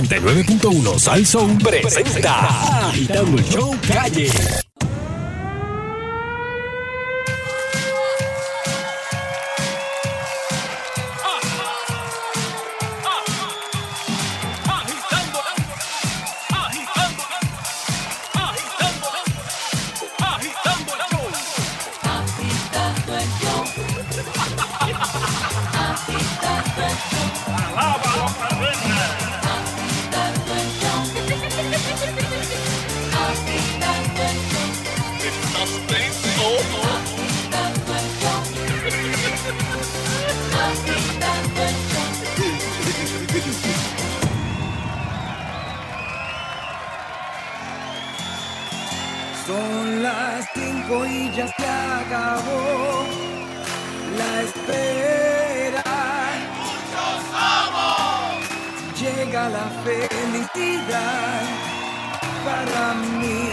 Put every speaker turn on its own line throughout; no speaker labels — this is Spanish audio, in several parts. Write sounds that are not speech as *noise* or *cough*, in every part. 99.1 Sal Soul presenta Agitando el Show Calle.
Son las cinco y ya se acabó la espera. Muchos Llega la felicidad para mí.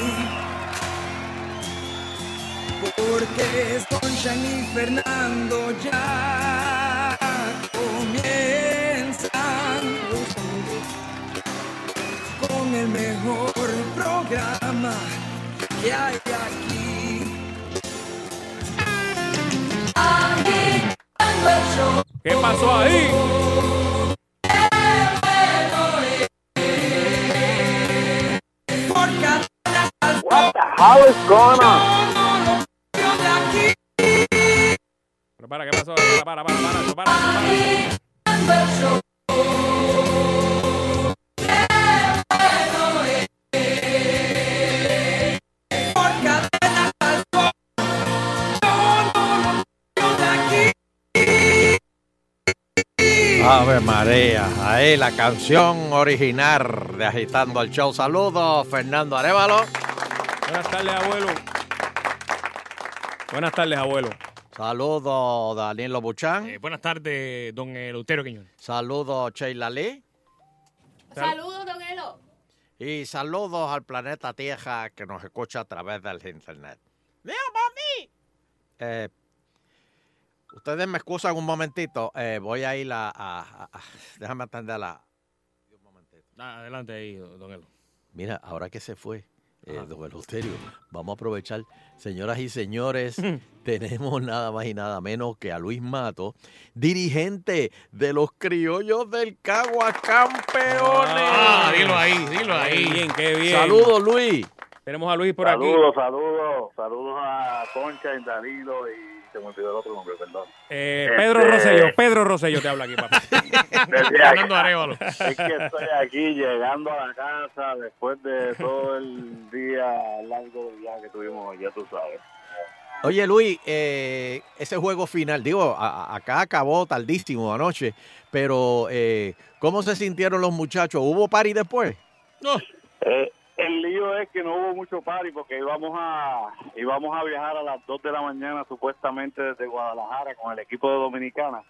Porque Sunshine y Fernando ya comienzan con el mejor programa que hay aquí.
¿Qué pasó ahí?
Porque
How is gonna?
yo de aquí
Pero para, ¿qué pasó? Para, para, para, para, eso, para, eso, para.
por cadena al sol. Yo no lo yo de aquí.
Ave María, ahí la canción original de Agitando al Show. Saludos, Fernando Arevalo.
Buenas tardes, abuelo. Buenas tardes, abuelo.
Saludos, Daniel Lobuchán.
Eh, buenas tardes, don Eleuterio Quiñón.
Saludos, Sheila Lee.
Saludos, don Elo.
Y saludos al planeta Tierra que nos escucha a través del internet. ¡Mira, mami! Eh, ustedes me excusan un momentito. eh, voy a ir a... a- a- a- déjame atender a la... Un momentito.
Ah,
Adelante ahí, don Elo.
Mira, ahora que se fue, eh, don Eleuterio, vamos a aprovechar, señoras y señores, *laughs* tenemos nada más y nada menos que a Luis Mato, dirigente de los criollos del Cagua Campeones.
Ah, dilo
ahí, dilo
Qué bien, qué bien.
Saludos, Luis.
Tenemos a Luis por
Saludos, saludos, saludos a Concha y Danilo y se me olvidó el otro nombre, perdón.
aquí. Eh, Pedro
Este-
Rosselló, Pedro Rosselló te habla aquí, papá.
*laughs* Desde aquí-
Fernando Arevalo.
es que estoy aquí llegando a la casa después de todo el día largo de viaje que tuvimos, ya tú sabes.
Oye, Luis, eh, ese juego final, digo, a- a- acá acabó tardísimo anoche, pero eh, ¿cómo se sintieron los muchachos? ¿Hubo party después?
Eh, el lío es que no hubo mucho party porque íbamos a íbamos a viajar a las 2 de la mañana supuestamente desde Guadalajara con el equipo de Dominicana.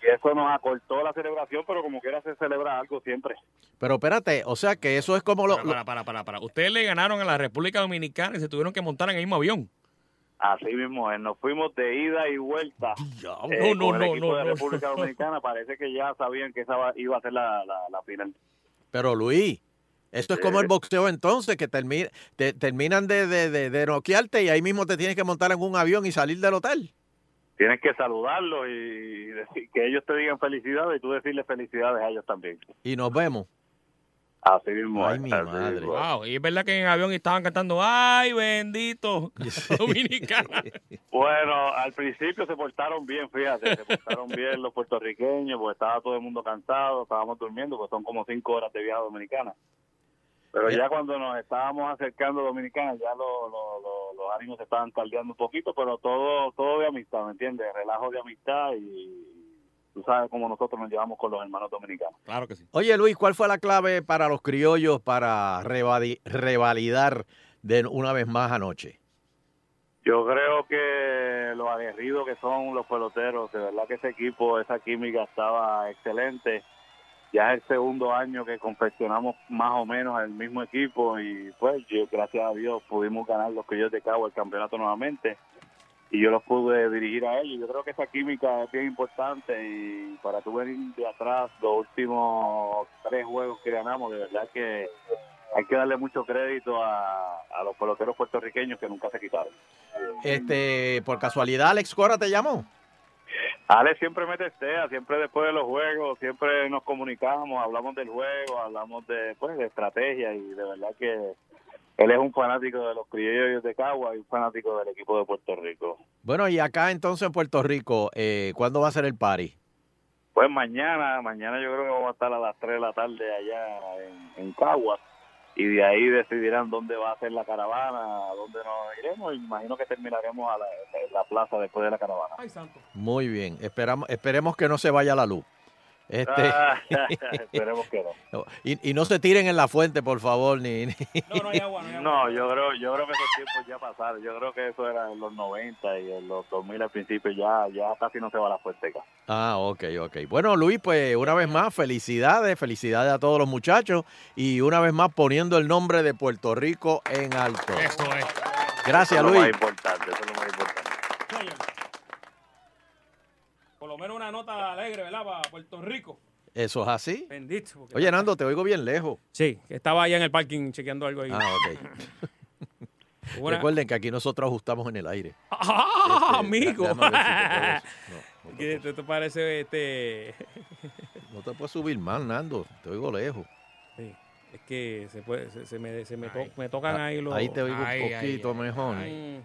Y eso nos acortó la celebración, pero como quiera se celebra algo siempre.
Pero espérate, o sea que eso es como lo-
Para,
lo-
para, para, para, para. Ustedes le ganaron a la República Dominicana y se tuvieron que montar en el mismo avión.
Así mismo, es, nos fuimos de ida y vuelta.
Ah, No,
eh,
no,
con el
no,
equipo de
no, no.
República Dominicana parece que ya sabían que esa va- iba a ser la, la, la final.
Pero Luis, esto es
Eh.
como el boxeo entonces, que termi- te- terminan de, de, de- de noquearte y ahí mismo te tienes que montar en un avión y salir del hotel.
Tienes que saludarlos y decir- que ellos te digan felicidades y tú decirles felicidades a ellos también.
Y nos vemos.
Así mismo.
Ay,
es,
mi
así
madre. Ah,
mismo es.
*laughs* Wow, y es verdad que en el avión estaban cantando
*laughs*
¡Ay, bendito! Dominicana.
Bueno, al principio se portaron bien, fíjate, se portaron bien los puertorriqueños, porque estaba todo el mundo cansado, estábamos durmiendo, pues son como cinco horas de viaje a Dominicana. Pero ya cuando nos estábamos acercando a Dominicana, ya lo- lo- lo- los ánimos se estaban caldeando un poquito, pero todo todo de amistad, ¿me entiendes? Relajo de amistad y tú sabes cómo nosotros nos llevamos con los hermanos dominicanos.
Claro que sí.
Oye Luis, ¿cuál fue la clave para los criollos para revali- revalidar de una vez más anoche?
Yo creo que los aguerridos que son los peloteros, de verdad que ese equipo, esa química estaba excelente. Ya es el segundo año que confeccionamos más o menos el mismo equipo y pues yo, gracias a Dios pudimos ganar los Criollos de Cabo el campeonato nuevamente. y yo los pude dirigir a ellos. Yo creo que esa química es bien importante y para tú venir de atrás los últimos tres juegos que ganamos, de verdad que hay que darle mucho crédito a, a los peloteros puertorriqueños que nunca se quitaron.
Este, por casualidad, Alex Cora te llamó.
Alex siempre me testea, siempre después de los juegos, siempre nos comunicamos, hablamos del juego, hablamos de, pues, de estrategia y de verdad que él es un fanático de los criollos de Cagua y un fanático del equipo de Puerto Rico.
Bueno, y acá entonces en Puerto Rico, eh, ¿cuándo va a ser el party?
Pues mañana, mañana yo creo que vamos a estar a las 3 de la tarde allá en, en Caguas y de ahí decidirán dónde va a ser la caravana, a dónde nos iremos. Imagino que terminaremos a la, en la plaza después de la caravana.
Ay, santo.
Muy bien, esperamos, esperemos que no se vaya la luz.
*laughs*
Este,
Ah, esperemos que no.
no, y, y no se tiren en la fuente, por favor, ni, ni-
No, no hay agua, no hay agua.
No, yo creo, yo creo que esos tiempos ya pasaron. Yo creo que eso era en los 90 y en los 2000 al principio ya ya casi no se va la fuente. acá.
Ah, ok, ok. Bueno, Luis, pues una vez más, felicidades, felicidades a todos los muchachos y una vez más poniendo el nombre de Puerto Rico en alto.
Eh,
Eso es.
Gracias,
Eso es lo más
Luis.
importante, eso es lo más importante.
Coño. Por lo menos una nota alegre, ¿verdad? Para Puerto Rico.
Eso es así.
Bendito. porque-
Oye, Nando, te oigo bien lejos.
Sí, que estaba allá en el parking chequeando algo ahí.
Ah, ok.
Hubo *laughs* una-
Recuerden que aquí nosotros ajustamos en el aire.
*laughs* ¡Ah,
Este,
amigo!
déjame ver si te puedo-
*laughs*
no, no te
¿Qué esto te parece este? *laughs*
puedo- No te puedo subir más, Nando. Te oigo lejos.
Sí, es que se, puede, se, se me, se me, to-
Ahí.
me tocan ahí los.
Ah, Ahí te oigo
Ay,
un
ay,
poquito
ay,
mejor.
Mm,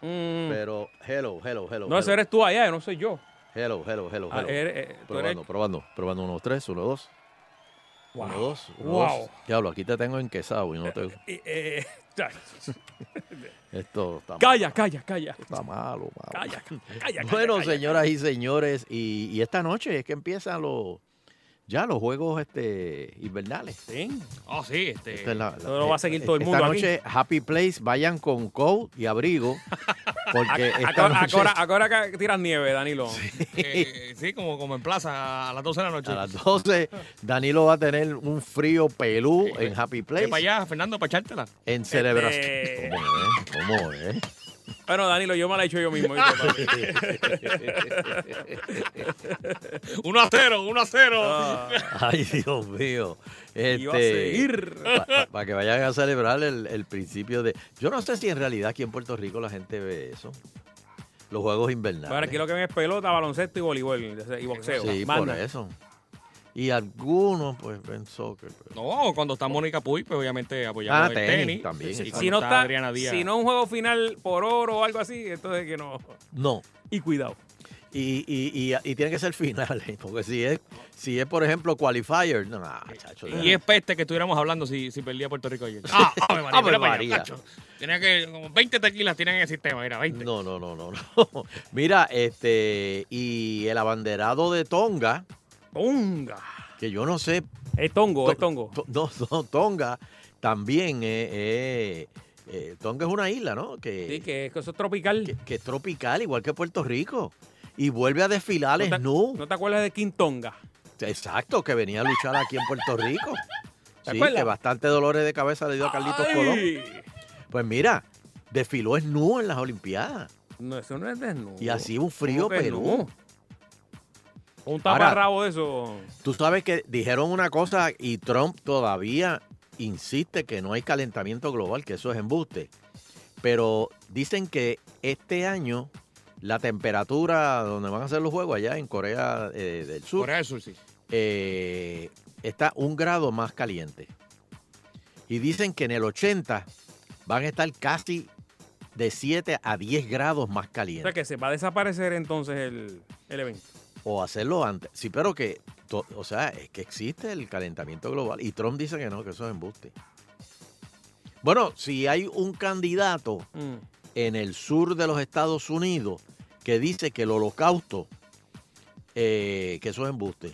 mm.
Pero, hello, hello, hello.
No, ese
hello,
eres tú allá, no soy yo.
hello, hello, hello,
Ah,
hello.
eres- eh, tú eres-
Probando, probando, probando. Uno, tres, uno, dos.
Wow.
Uno, dos, uno,
Wow.
dos. Diablo, aquí te tengo enquesado y no
*laughs*
te...
Eh, eh,
Esto está,
calla, calla, calla.
está malo, malo.
Calla, calla, calla.
bueno,
calla.
señoras y señores, y, y esta noche es que empiezan los... Ya los juegos este, invernales.
Sí.
Oh, sí,
Esta
este.
es la-
Eso
la-
lo va a
eh,
seguir
eh,
todo el mundo
Esta
aquí.
noche, Happy Place, vayan con coat y abrigo. Porque
*laughs*
esta
Acora,
noche
acora, acora que tiras nieve, Danilo.
eh, eh, sí, como, como en plaza a las 12 de la noche.
a las 12, Danilo va a tener un frío pelú
pues.
en Happy
Ve
Place.
Eh, para allá, Fernando, para echártela.
En celebración.
Este-
¿Cómo es? ¿Cómo es?
Bueno, Danilo, yo me la he hecho yo mismo. ¿viste, papi?
*laughs* 1 a 0, 1 a 0.
Ah. *laughs* Ay, Dios mío. Este,
Y va a seguir.
Para que vayan a celebrar el, el principio de. Yo no sé si en realidad aquí en Puerto Rico la gente ve eso. Los juegos invernales.
Ahora aquí lo que ven es pelota, baloncesto y voleibol y boxeo.
Sí,
Manda.
por eso. Y algunos, pues, ven soccer. pero-
No, cuando está Mónica Puy, pues obviamente apoyamos
Ah,
el
tenis
tenis.
también,
Sí,
exacto.
cuando
Si no está,
Adriana Díaz.
si no un juego final por oro o algo así, entonces que no.
No.
Y cuidado.
Y, y, y, y tiene que ser finales, *laughs* porque si es, si es por ejemplo, qualifier, no, no, chacho.
Y
ya.
es peste que estuviéramos hablando si, si perdía Puerto Rico ayer. *laughs* Ah, ave María,
Ave
mira para allá,
María.
cacho. Tenía que, como 20 tequilas tienen en el sistema, mira, 20.
No, no, no, no, no. *laughs* Mira, este, y el abanderado de Tonga,
Tonga.
que yo no sé
Es tongo, es tongo.
To- No, *laughs* no, Tonga también eh, eh, eh, Tonga es una isla, ¿no? Que,
Sí, que es- que eso es tropical.
que- que es tropical, igual que Puerto Rico. Y vuelve a desfilar
te-
en nu.
¿No te acuerdas de Quintonga?
Exacto, que venía a luchar aquí en Puerto Rico.
¿Te
Sí,
acuerdas?
que bastante dolores de cabeza le dio a Carlitos
¡Ay!
Colón. Pues mira, desfiló en nu en las Olimpiadas.
No, eso no es desnudo.
Y así un frío
¿Cómo que
Perú.
no? Un
Ahora-
taparrabo de eso.
Tú sabes que dijeron una cosa y Trump todavía insiste que no hay calentamiento global, que eso es embuste. Pero dicen que este año la temperatura donde van a hacer los juegos allá en Corea eh, del Sur
Por eso sí.
eh, está un grado más caliente. Y dicen que en el 80 van a estar casi de 7 a 10 grados más
O
calientes
sea que se va a desaparecer entonces el, el evento.
o hacerlo antes. Sí, pero que, to- o sea, es que existe el calentamiento global y Trump dice que no, que eso es embuste. Bueno, si hay un candidato
Mm.
en el sur de los Estados Unidos que dice que el holocausto, eh, que eso es embuste,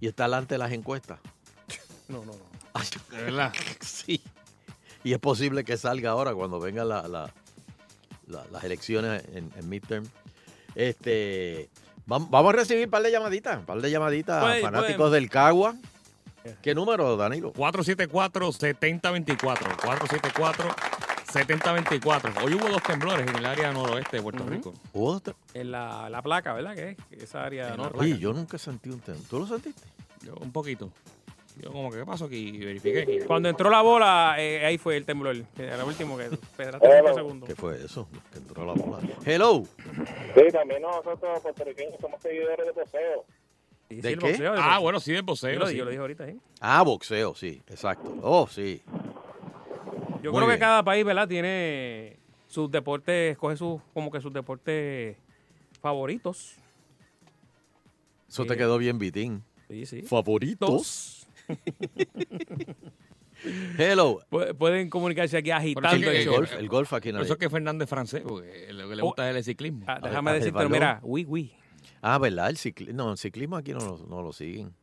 y está delante de las encuestas.
No, no, no.
Ay,
De verdad.
*laughs* sí. Y es posible que salga ahora cuando vengan la- la- la- las elecciones en, en midterm. Este, vam- vamos a recibir un par de llamaditas, un par de llamaditas a
Pues,
Puede-
fanáticos
puede-
del Cagua.
Eh.
¿Qué número, Danilo?
474-7024. 474 70-24. Hoy hubo dos temblores en el área noroeste de Puerto Rico.
Otro.
En la, la placa, ¿verdad? Que es esa área
En la
norte.
Oye, yo nunca sentí un temblor. ¿Tú lo sentiste?
Yo un poquito. Yo como que, ¿qué pasó aquí? Y verifiqué.
Cuando entró la bola, eh, ahí fue el temblor. Era el último que pedraste
Hola.
5 segundos.
¿Qué fue eso? Que entró la bola. Hello.
Sí, también nosotros puertorriqueños somos seguidores de poseo.
Sí, sí,
¿De
el
qué?
boxeo, el
Ah,
boxeo.
bueno, sí, del
Yo
boxeo.
lo,
sí.
yo lo dije ahorita, ¿eh?
Ah, boxeo, sí, exacto. Oh, sí.
Yo
Muy
creo
bien.
que cada país, ¿verdad? Tiene sus deportes, escoge sus, como que sus deportes favoritos.
Eso
Sí.
te quedó bien, Vitín.
Sí, sí.
Favoritos. Hello.
Pu- pueden comunicarse aquí agitando
Por eso
el
que-
El
show.
golf, el golf aquí
Por
nadie.
eso es que Fernández es francés, porque lo que le
Oh.
gusta es el ciclismo.
Ah,
ver,
déjame
a ver,
decirte,
balón.
mira, oui, oui.
Ah, ¿verdad? El ciclismo, no, el ciclismo aquí no, lo- no lo siguen.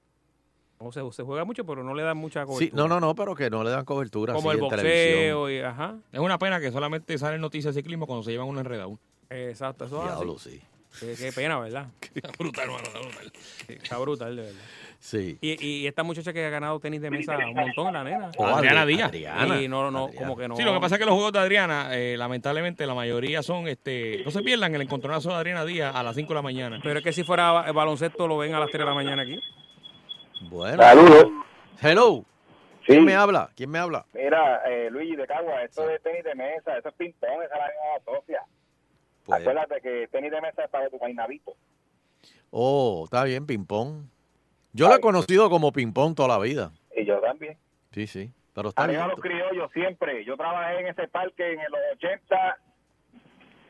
No se, se juega mucho, pero no le dan mucha
Sí,
cobertura.
no, no, no, pero que no le dan cobertura
Como
así
el
en televisión.
boxeo y ajá.
Es una pena que solamente salen noticias de ciclismo cuando se llevan un enredado.
Exacto, eso es así.
Diablo, sí.
Qué, qué pena,
*laughs*
¿verdad?
Está brutal, mano, está brutal.
Está brutal, de verdad.
Sí.
Y, y esta muchacha que ha ganado tenis de mesa un montón, la nena.
Oh,
Adriana
Adri-
Díaz.
Adriana.
y no, no,
Adriana.
como que no.
Sí, lo que pasa es que los juegos de Adriana, eh, lamentablemente, la mayoría son, este, no se pierdan el encontronazo de Adriana Díaz a las 5 de la mañana.
Pero es que si fuera ba- baloncesto lo ven a las 3 de la mañana aquí.
Bueno.
Saludos.
Hello.
Sí,
¿Quién me habla? ¿Quién me habla?
mira, eh, Luigi de Cagua, eso de tenis de mesa, eso es pintón, esa es la misma socia.
Pues-
Acuérdate que tenis de mesa es para tu vainavito.
oh, está bien, ping-pong. Yo
pues.
lo he conocido como ping-pong toda la vida.
Y yo también.
Sí, sí. Pero está
Arriba
bien.
los criollos siempre. Yo trabajé en ese parque en los 80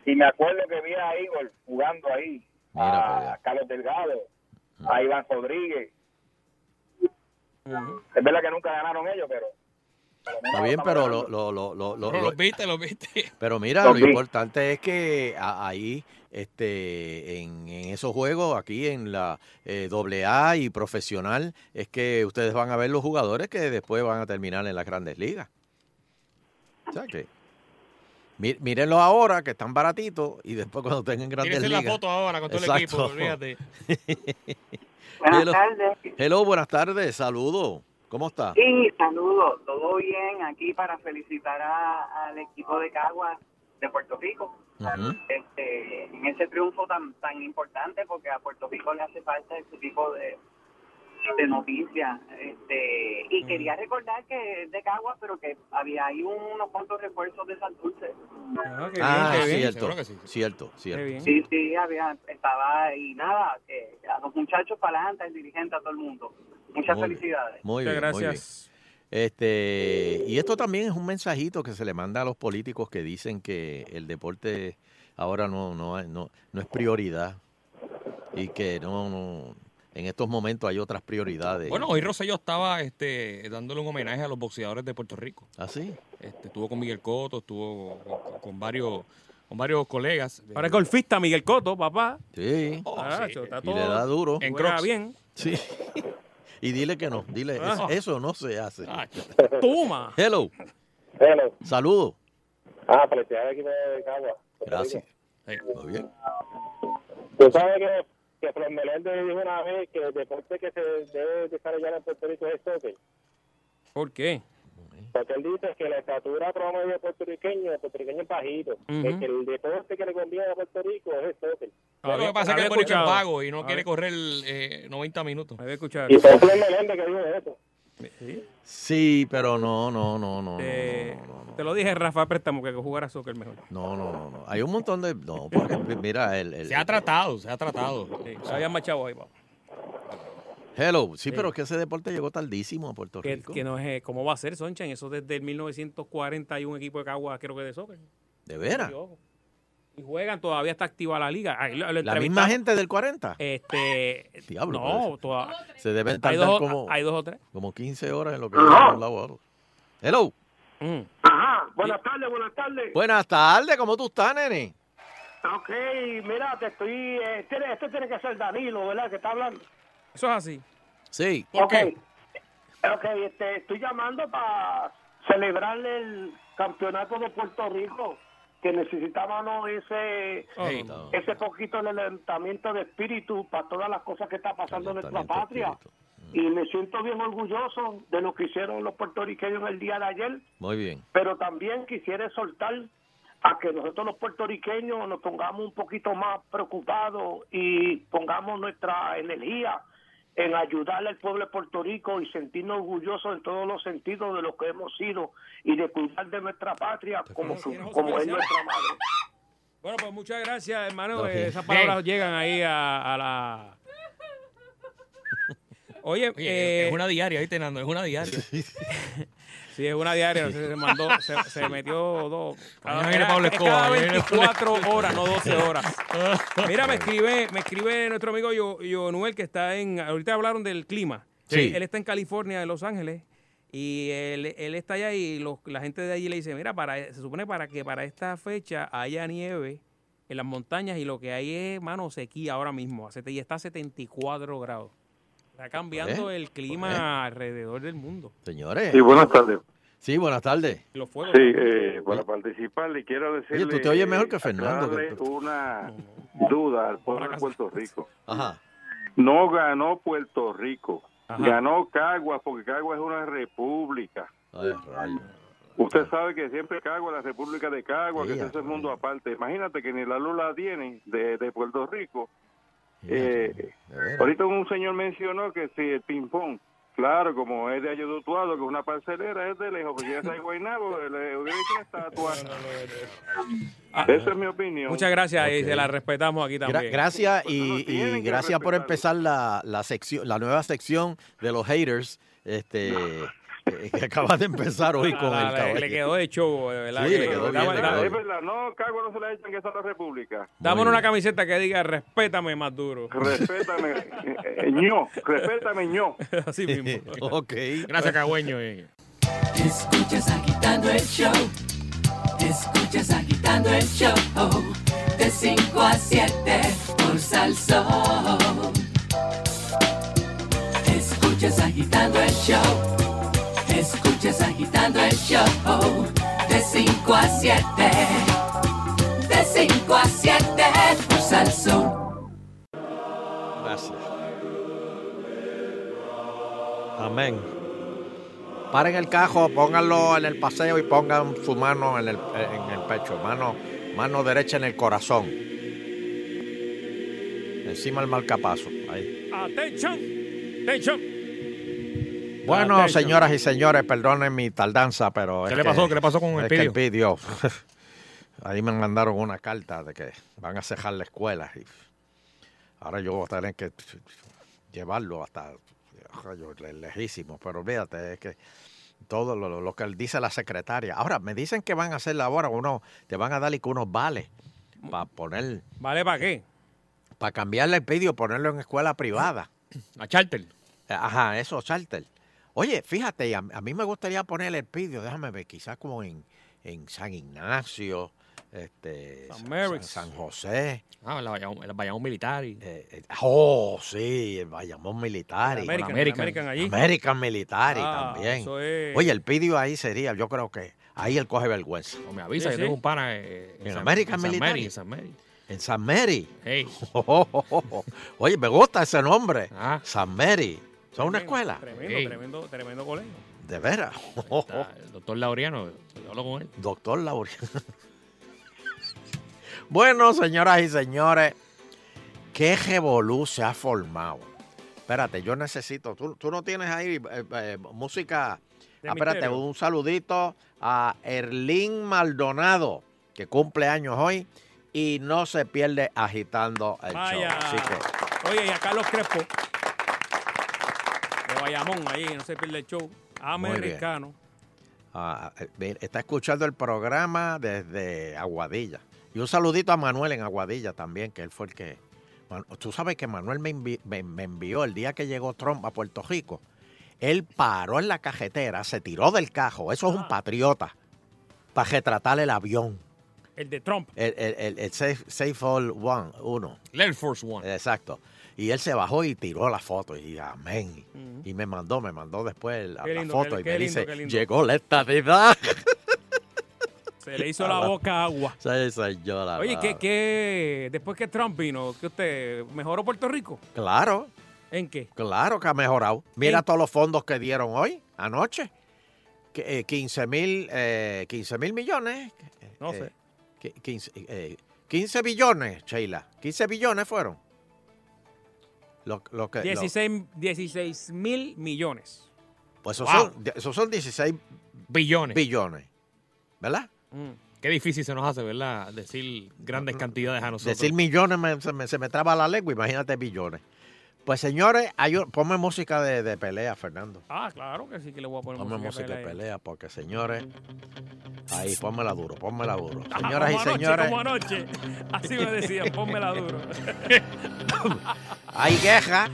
y me acuerdo que vi a Igor jugando ahí.
Mira
*laughs*
para allá.
a Carlos Delgado,
Ah.
a Iván Rodríguez. Es verdad que nunca ganaron ellos, pero...
Está bien, pero lo, lo, lo, lo, lo-
Pero
lo-
los viste,
*laughs*
los viste.
pero mira,
Los
lo
vi.
importante es que a- ahí, este, en, en esos juegos, aquí en la eh, AA y profesional, es que ustedes van a ver los jugadores que después van a terminar en las grandes ligas. O sea que, mí- mírenlos ahora, que están baratitos, y después cuando estén en grandes
Tienes la
ligas.
foto ahora con todo el
Exacto.
equipo, olvídate.
Buenas
*laughs* Hello.
tardes.
Hello, buenas tardes, saludos. ¿Cómo está?
Y saludos. Todo bien aquí para felicitar a- al equipo de Caguas de Puerto Rico.
Ujú.
Ah,
Este, en ese triunfo tan tan importante porque a Puerto Rico le hace falta ese tipo de, de noticias. Este,
Mm.
y quería recordar que es de Caguas, pero que había ahí unos cuantos refuerzos de San Dulce.
Ah, qué
Ah,
bien, qué bien.
cierto,
seguro que sí.
cierto,
Qué
cierto.
bien.
Sí, sí, había, estaba y nada, que a los muchachos para adelante, al dirigente, a todo el mundo. Muchas
Muy bien.
felicidades.
Muy
Muchas
bien, muy bien.
gracias.
Este, y esto también es un mensajito que se le manda a los políticos que dicen que el deporte ahora no, no, no, no es prioridad y que no, no- en estos momentos hay otras prioridades.
Bueno, hoy Rosselló estaba este, dándole un homenaje a los boxeadores de Puerto Rico.
¿Así?
Este, estuvo con Miguel Cotto, estuvo con, con varios con varios colegas.
Ahora es golfista Miguel Coto, papá.
Sí.
Oh,
Ah,
sí.
cho, está
Y le da
todo.
duro.
En
juega
Crocs.
bien.
Sí. *laughs* Y dile que no, dile, es-
Ah.
eso no se hace.
Ah,
Toma.
Hello, saludos.
Ah, felicidades al equipo de Cagua.
Gracias.
sí.
Muy bien.
Tú sabes que, que Flor Meléndez dijo una vez que el deporte que se debe desarrollar en Puerto Rico es el soccer.
¿Por qué?
Porque él dice que la estatura promedio de puertorriqueño, el puertorriqueño es bajito.
Ujú.
que el deporte que le conviene a Puerto Rico es el soccer.
Pero lo que pasa es que
Había
el Boricua es
escuchado.
vago y no
Había-
quiere correr eh, 90 minutos.
Había escuchado.
Y fue Flor Meléndez que dijo eso.
Sí.
Sí, pero no, no, no, no. no,
Eh,
no, no, no.
te lo dije, Rafa Préstamo, que jugara soccer mejor.
No, no, no, no. Hay un montón de. No, porque mira, el. el-
Se ha tratado, se ha tratado.
Sí, había más chavos ahí, papá.
Hello. Sí, pero es que ese deporte llegó tardísimo a Puerto
Que,
Rico.
que no es, eh, ¿Cómo va a ser, Sonchan? Eso desde el 1940 hay un equipo de Caguas, creo que de soccer.
De veras.
Yo- Y juegan, todavía está activa la liga. Ahí lo- lo
La misma
entrevistamos.
gente del 40.
Este.
Diablo,
No,
parece.
toda-
Se deben
hay,
tardar
dos,
Pues, como,
hay dos o tres.
como 15 horas en lo que va de un lado a otro. Hello.
Mm.
Ajá, Ah, buenas tardes, buenas tardes.
Buenas tardes, ¿cómo tú estás, nene?
Ok, mira, te estoy. eh, tiene- esto tiene que ser Danilo, ¿verdad? Que está hablando.
Eso es así.
Sí.
¿Por qué?
Ok, este, estoy llamando para celebrar el campeonato de Puerto Rico, que necesitábamos ese.
Oh,
Sí.
no.
Ese poquito de levantamiento de espíritu para todas las cosas que está pasando en nuestra
Calentamiento
patria.
espíritu.
y me siento bien orgulloso de lo que hicieron los puertorriqueños en el día de ayer,
Muy bien.
pero también quisiera exhortar a que nosotros los puertorriqueños nos pongamos un poquito más preocupados y pongamos nuestra energía en ayudarle al pueblo de Puerto Rico y sentirnos orgullosos en todos los sentidos de lo que hemos sido y de cuidar de nuestra patria como, su- como es nuestra madre.
Bueno, pues muchas gracias, hermano.
Lo
Eh,
que-
Esas palabras llegan ahí a, a la. Oye,
Oye,
eh,
es una diaria, ¿viste, Nando? Es una diaria.
sí, es una diaria. no sé, se mandó, se, se metió dos.
Mañana viene Pablo
es
Escobar,
cada
mañana viene Pablo
24 horas, no 12 horas. Mira, me escribe, me escribe nuestro amigo Yo- Yonuel, que está en. Ahorita hablaron del clima.
Sí.
Él está en California, en Los Ángeles. Y él, él está allá y los- la gente de allí le dice, mira, para, se supone para que para esta fecha haya nieve en las montañas y lo que hay es, mano, sequía ahora mismo. Hace- Y está a 74 grados. Está cambiando
Joder,
el clima
joder.
alrededor del mundo.
Señores.
Sí, buenas tardes.
Sí, buenas tardes.
Los fuegos.
Sí, eh, para participar le quiero decirle...
tú pues, te oyes mejor
eh,
que Fernando, pues. que
aclararle
tú-
una duda al pueblo de Puerto Rico.
Ajá.
No ganó Puerto Rico.
Ajá.
Ganó Caguas porque Caguas es una república.
Ay, rayo.
Usted sabe que siempre Caguas, la república de Caguas, que
Ea,
es ese mundo
rayo.
aparte. Imagínate que ni la luz la tienen de, de Puerto Rico.
Mira,
Eh,
de veras.
Ahorita un señor mencionó que si el ping-pong, claro, como es de Ayodutuado, que es una parcelera, es de lejos, porque ya está en Guaynabo, le hubiera hecho una estatua.
Ah,
Esa es mi opinión.
muchas gracias y
Ok.
se la respetamos aquí
Gra-
también.
gracias
Pues no
y,
lo tienen
y
que
gracias por
respetar.
empezar la, la sección, la nueva sección de los haters, este eh, que acabas de empezar
*laughs*
hoy con
Ah,
el
le-
caballo.
le quedó de show, de verdad.
Sí,
que-
le quedó bien,
dame-
le
dame-
quedó
Es
bien.
verdad, no, Caguas no se la echan que esa es la república.
Dámonos
bien.
una camiseta que diga respétame más duro.
Respétame, eh, eh, ño, respétame, ño.
*laughs* Así mismo.
*laughs* ok.
Gracias, Cagüeño. eh.
Escuchas agitando el show. Escuchas agitando el show. De 5 a 7 por Salsón. Escuchas agitando el show. Escuchas agitando el show. De 5 a 7. De 5 a 7 por Salsón.
Gracias. Amén. Paren el cajo, pónganlo en el paseo y pongan su mano en el, en el pecho, mano, mano derecha en el corazón. Encima el marcapaso. Ahí.
Atención, atención.
Bueno,
Atención.
señoras y señores, perdonen mi tardanza, pero.
¿Qué
es
le
que-
pasó? ¿Qué le pasó con
es
Elpidio?
que Elpidio, *laughs* Ahí me mandaron una carta de que van a cejar la escuela. Y ahora yo voy a tener que llevarlo hasta rayos, le- lejísimo. Pero olvídate, es que todo lo, lo que dice la secretaria. Ahora, me dicen que van a hacer ahora uno, te van a dar y que unos vales para poner,
¿Vale para qué?
para cambiarle el pidio, ponerlo en escuela privada. Eh,
A Charter.
Ajá, eso, charter. Oye, fíjate, a, a mí me gustaría poner el pidio, déjame ver, quizás como en, en San Ignacio, este,
San
San,
Mary's.
San- San José.
Ah, la vayamos, la vayamos militar. y-
eh, eh, oh, sí, el Bayamón Militar. y-
American,
American.
American allí.
American Militar y
Ah,
también.
eso es-
Oye, el pidio ahí sería, yo creo que ahí él coge vergüenza.
O me avisa,
Sí,
yo
sí.
tengo un pana eh,
En American
San
Military.
Mary, en San Mary.
En San Mary.
Hey,
*laughs* Oye, me gusta ese nombre.
Ah.
San Mary. ¿Son una
Tremendo,
escuela?
Tremendo,
Sí.
tremendo, tremendo colegio.
De veras.
está el ¿eh? doctor Laureano, yo hablo con él.
Doctor Laura. *laughs* bueno, señoras y señores, qué revolú se ha formado. Espérate, yo necesito. Tú, tú no tienes ahí eh, eh, música.
De
Ah, espérate,
misterio.
un saludito a Erlín Maldonado, que cumple años hoy y no se pierde agitando el
Vaya.
show. Así que,
Oye, y a Carlos Crespo. De Bayamón, allí, no se pierde el show. Americano.
ah, eh, mira, está escuchando el programa desde Aguadilla. Y un saludito a Manuel en Aguadilla también, que él fue el que... Man- Tú sabes que Manuel me, envi- me- me envió el día que llegó Trump a Puerto Rico. Él paró en la cajetera, se tiró del cajo. Eso es un patriota. Para retratar el avión.
El de Trump.
El, el, el, el Safe, Safe All One, uno.
El Air Force One.
Exacto. Y él se bajó y tiró la foto y amén.
Ujú.
Y me mandó, me mandó después la,
Qué
la
lindo,
foto
qué-
y
qué
me
lindo,
dice,
qué lindo.
llegó la estadidad.
Se
*laughs*
le hizo la boca agua.
Sí, señora.
Oye,
la-
¿qué, qué, después que Trump vino, ¿qué usted mejoró Puerto Rico?
Claro.
¿En qué?
Claro que ha mejorado. Mira todos los fondos que dieron hoy, anoche. Que, eh, 15 mil eh, 15 mil millones.
No
Eh,
sé.
qui- 15, eh, 15 billones, Sheila. 15 billones fueron. Lo, lo que, lo-
16 16 mil millones.
pues esos,
Wow.
son, esos son 16
Billones.
billones. ¿Verdad?
Mm.
Qué difícil se nos hace, ¿verdad? Decir grandes cantidades a nosotros.
Mm. Decir millones me- se, me, se me traba la lengua, imagínate billones. Pues señores, hay un- ponme música de, de pelea, Fernando.
Ah, claro que sí que le voy a poner
Ponme música
pela
de
ahí.
pelea, porque señores, ahí, pónmela duro, pónmela duro.
Ah,
Señoras y
como anoche,
señores, *laughs*
Como anoche. Así me decía, pónmela duro.
*coughs* hay guerra,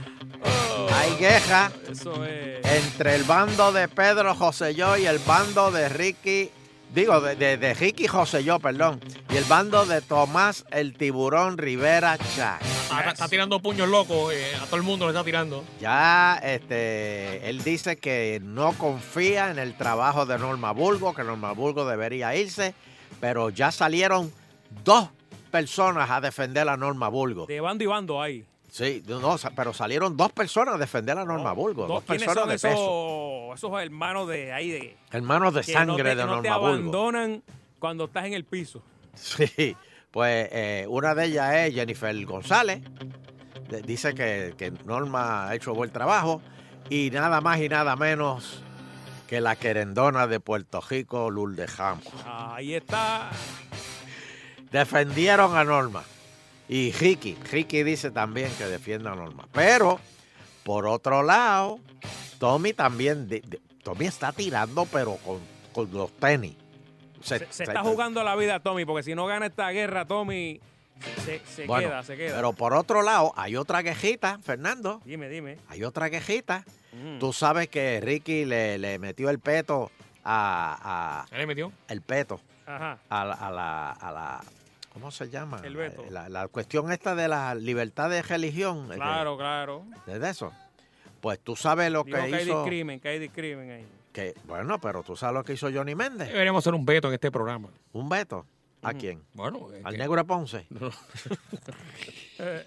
hay guerra
Eso es.
entre el bando de Pedro Joselló y el bando de Ricky, digo, de, de, de Ricky Joselló, perdón, y el bando de Tomás el Tiburón Rivera Chávez.
Está, está tirando puños locos, eh, a todo el mundo le está tirando.
Ya, este, él dice que no confía en el trabajo de Norma Burgo, que Norma Burgo debería irse, pero ya salieron dos personas a defender a Norma Burgo.
De bando y bando ahí.
Sí, no, sa- pero salieron dos personas a defender a Norma Burgo, dos
¿Quiénes
personas
son
de peso,
esos, esos hermanos de ahí de
hermanos de
que no
sangre
te-
de
no te
Norma Burgo.
abandonan cuando estás en el piso?
Sí, pues eh, una de ellas es Jennifer González. De- Dice que, que Norma ha hecho buen trabajo. Y nada más y nada menos que la querendona de Puerto Rico, Lourdes Hamco.
Ahí está.
Defendieron a Norma. Y Ricky, Ricky dice también que defienda a Norma. Pero, por otro lado, Tommy también, di- di- Tommy está tirando, pero con, con los tenis.
Se, se está jugando la vida, Tommy, porque si no gana esta guerra, Tommy se, se
Bueno,
queda, se queda.
Pero por otro lado, hay otra quejita, Fernando.
Dime, dime.
Hay otra quejita.
Mm.
Tú sabes que Ricky le, le metió el peto a, a-
¿Se le metió?
el peto
Ajá.
a la, a la- a la- ¿cómo se llama? Eh,
El veto.
La, la cuestión esta de la libertad de religión. de-
Claro, claro.
De, eso. Pues tú sabes lo
Digo
que
que hay
hizo.
discrimen, que hay discrimen ahí.
que- bueno, pero tú sabes lo que hizo Johnny Méndez.
Deberíamos hacer un veto en este programa.
Un veto. ¿A quién?
Bueno, eh,
Al
que-
negro de Ponce. *laughs*
Eh,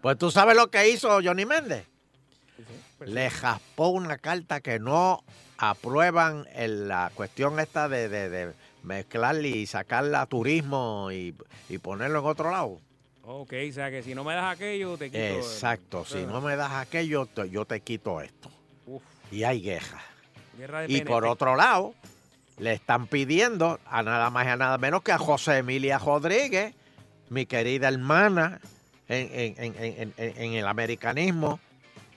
pues tú sabes lo que hizo Johnny Méndez. Le jaspó una carta que no aprueban en la cuestión esta de, de, de mezclar y sacarla a turismo y, y ponerlo en otro lado.
Ok, o sea que si no me das aquello, te quito. el-
Exacto. Si no me das aquello, te- yo te quito esto.
Uf,
Y hay guerra.
guerra de
Y
PNP.
por otro lado, le están pidiendo a nada más y a nada menos que a José Emilia Rodríguez, mi querida hermana en, en- en- en- en- en el americanismo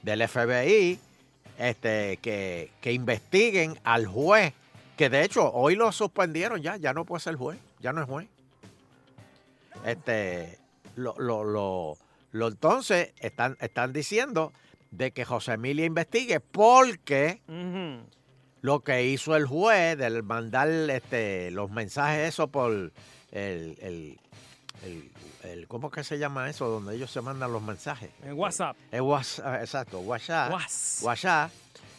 del FBI, este, que, que investiguen al juez, que de hecho hoy lo suspendieron ya, ya no puede ser juez, ya no es juez. Este, lo, lo- lo- lo entonces están, están diciendo de que José Emilia investigue porque
Mm.
Ujú.
lo que hizo el juez del mandar este, los mensajes eso por el, el, el- el- ¿cómo es que se llama eso? Donde ellos se mandan los mensajes.
En WhatsApp.
En WhatsApp, ah, exacto, WhatsApp.
Guas.
WhatsApp.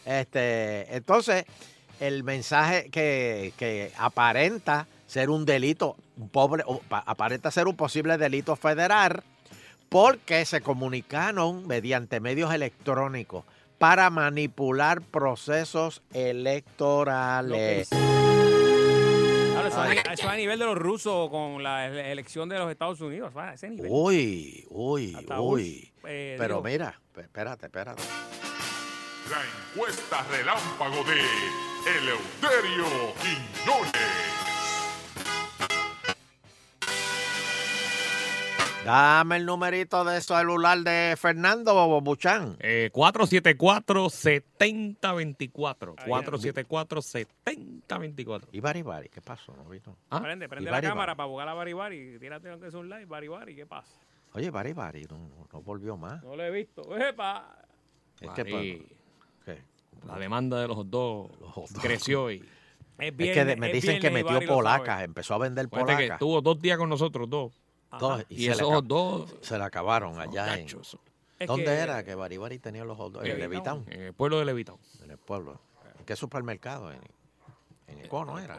Este, entonces, el mensaje que, que aparenta ser un delito, un pobre, o pa- aparenta ser un posible delito federal, porque se comunicaron mediante medios electrónicos para manipular procesos
Lo que
electorales.
hice. Claro, eso, a ni- eso a nivel de los rusos con la ele- elección de los Estados Unidos. va, a ese nivel.
Oh. Uy, uy,
Hasta
uy.
Bush, eh,
Pero
dijo,
mira, espérate, espérate.
La encuesta relámpago de Eleuterio Quiñones.
Dame el numerito de celular de Fernando Buchan.
eh, 474-7024.
Ahí.
474-7024.
Y Bari Bari, ¿qué pasó? No vi, no.
¿Ah?
Prende,
Y
prende la
Bari Bari.
cámara para buscar a Baribari. Tírate aunque es un live, Baribari, ¿qué pasa?
Oye, Bari Bari, no, no- no volvió más.
No lo he visto. ¡Epa!
Es que,
Ahí,
pa- ¿qué?
la demanda de los dos
hot dogs.
creció y
Es
*laughs* Es
viernes,
que de- me
es
dicen que
viernes y
metió
Bari lo
polacas,
sabe.
empezó a vender
Fíjate que
polacas.
estuvo dos días con nosotros dos.
Dos,
Y,
se le
esos
acab-
dos,
se la acabaron allá en...
muchachos,
Es
¿Dónde
que-
era que Bari Bari tenía los hot dogs? En
Levitown.
Levitown,
en el pueblo de Levitown.
en el pueblo. ¿En qué supermercado? En, en Econo era.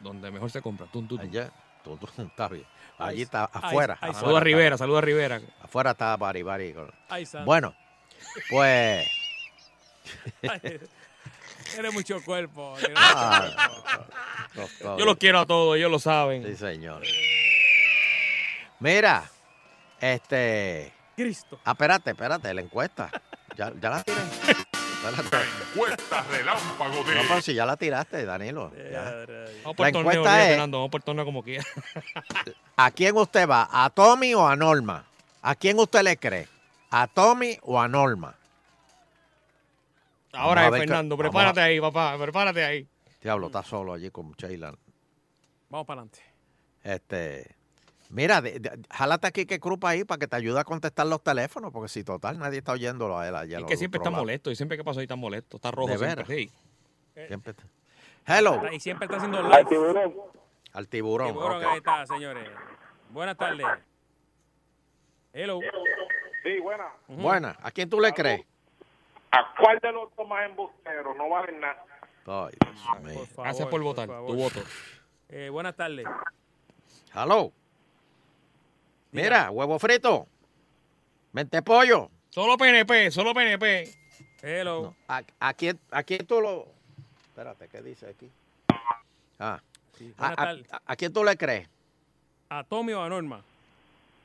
Donde mejor se compra. Tum, tum, tum.
Allá. tú, tú estás bien. Allí
Ahí-
está,
ahí-
afuera.
ahí-
afuera
Saludos a
está-
Rivera, saludos a Rivera.
Afuera está Bari Bari. con-
Ahí está.
*laughs*
Bueno, pues...
Tiene mucho cuerpo. tiene mucho
Ah,
cuerpo.
Yo los quiero a todos, ellos lo saben.
Sí, señor. Mira, este...
Cristo.
Ah, espérate, espérate, la encuesta. Ya, ya la tiré. Ya la tiré.
Encuesta relámpago de.
No, pero si ya la tiraste, Danilo.
Eh.
ya.
Vamos por
La
el torneo,
encuesta
olvídate,
es,
Nando, vamos por el torneo como quiera. *laughs*
¿a quién usted va? ¿A Tommy o a Norma? ¿A quién usted le cree? ¿A Tommy o a Norma? Vamos
Ahora
a
es
ver qué-
Fernando,
vamos a-
prepárate ahí, papá, prepárate ahí.
Diablo, está solo allí con Sheila.
Vamos para adelante.
Este, mira, de- de- jálate aquí que Krupa ahí para que te ayude a contestar los teléfonos, porque si total nadie está oyéndolo a él allá.
Es que siempre está molesto, y siempre que pasa ahí está molesto, está rojo
De
siempre.
veras. Eh.
sí.
Siempre está. Hello.
Y siempre está haciendo live. tiburón.
Al tiburón. ok.
ahí está, señores. Buenas tardes. Hello.
Sí, buena.
Buena, ¿a quién tú le crees?
¿A cuál de los dos más embusteros? No valen nada.
Ay, Dios mío.
Gracias por votar, tu voto.
Eh, buenas tardes.
Hello. Mira, huevo frito. Mente pollo.
Solo PNP, solo PNP.
Hello.
¿A, a quién, ¿A quién tú lo.? Espérate, ¿qué dice aquí? Ah. ¿A,
buenas
a-
tardes.
a- a quién tú le crees?
¿A Tommy o a Norma?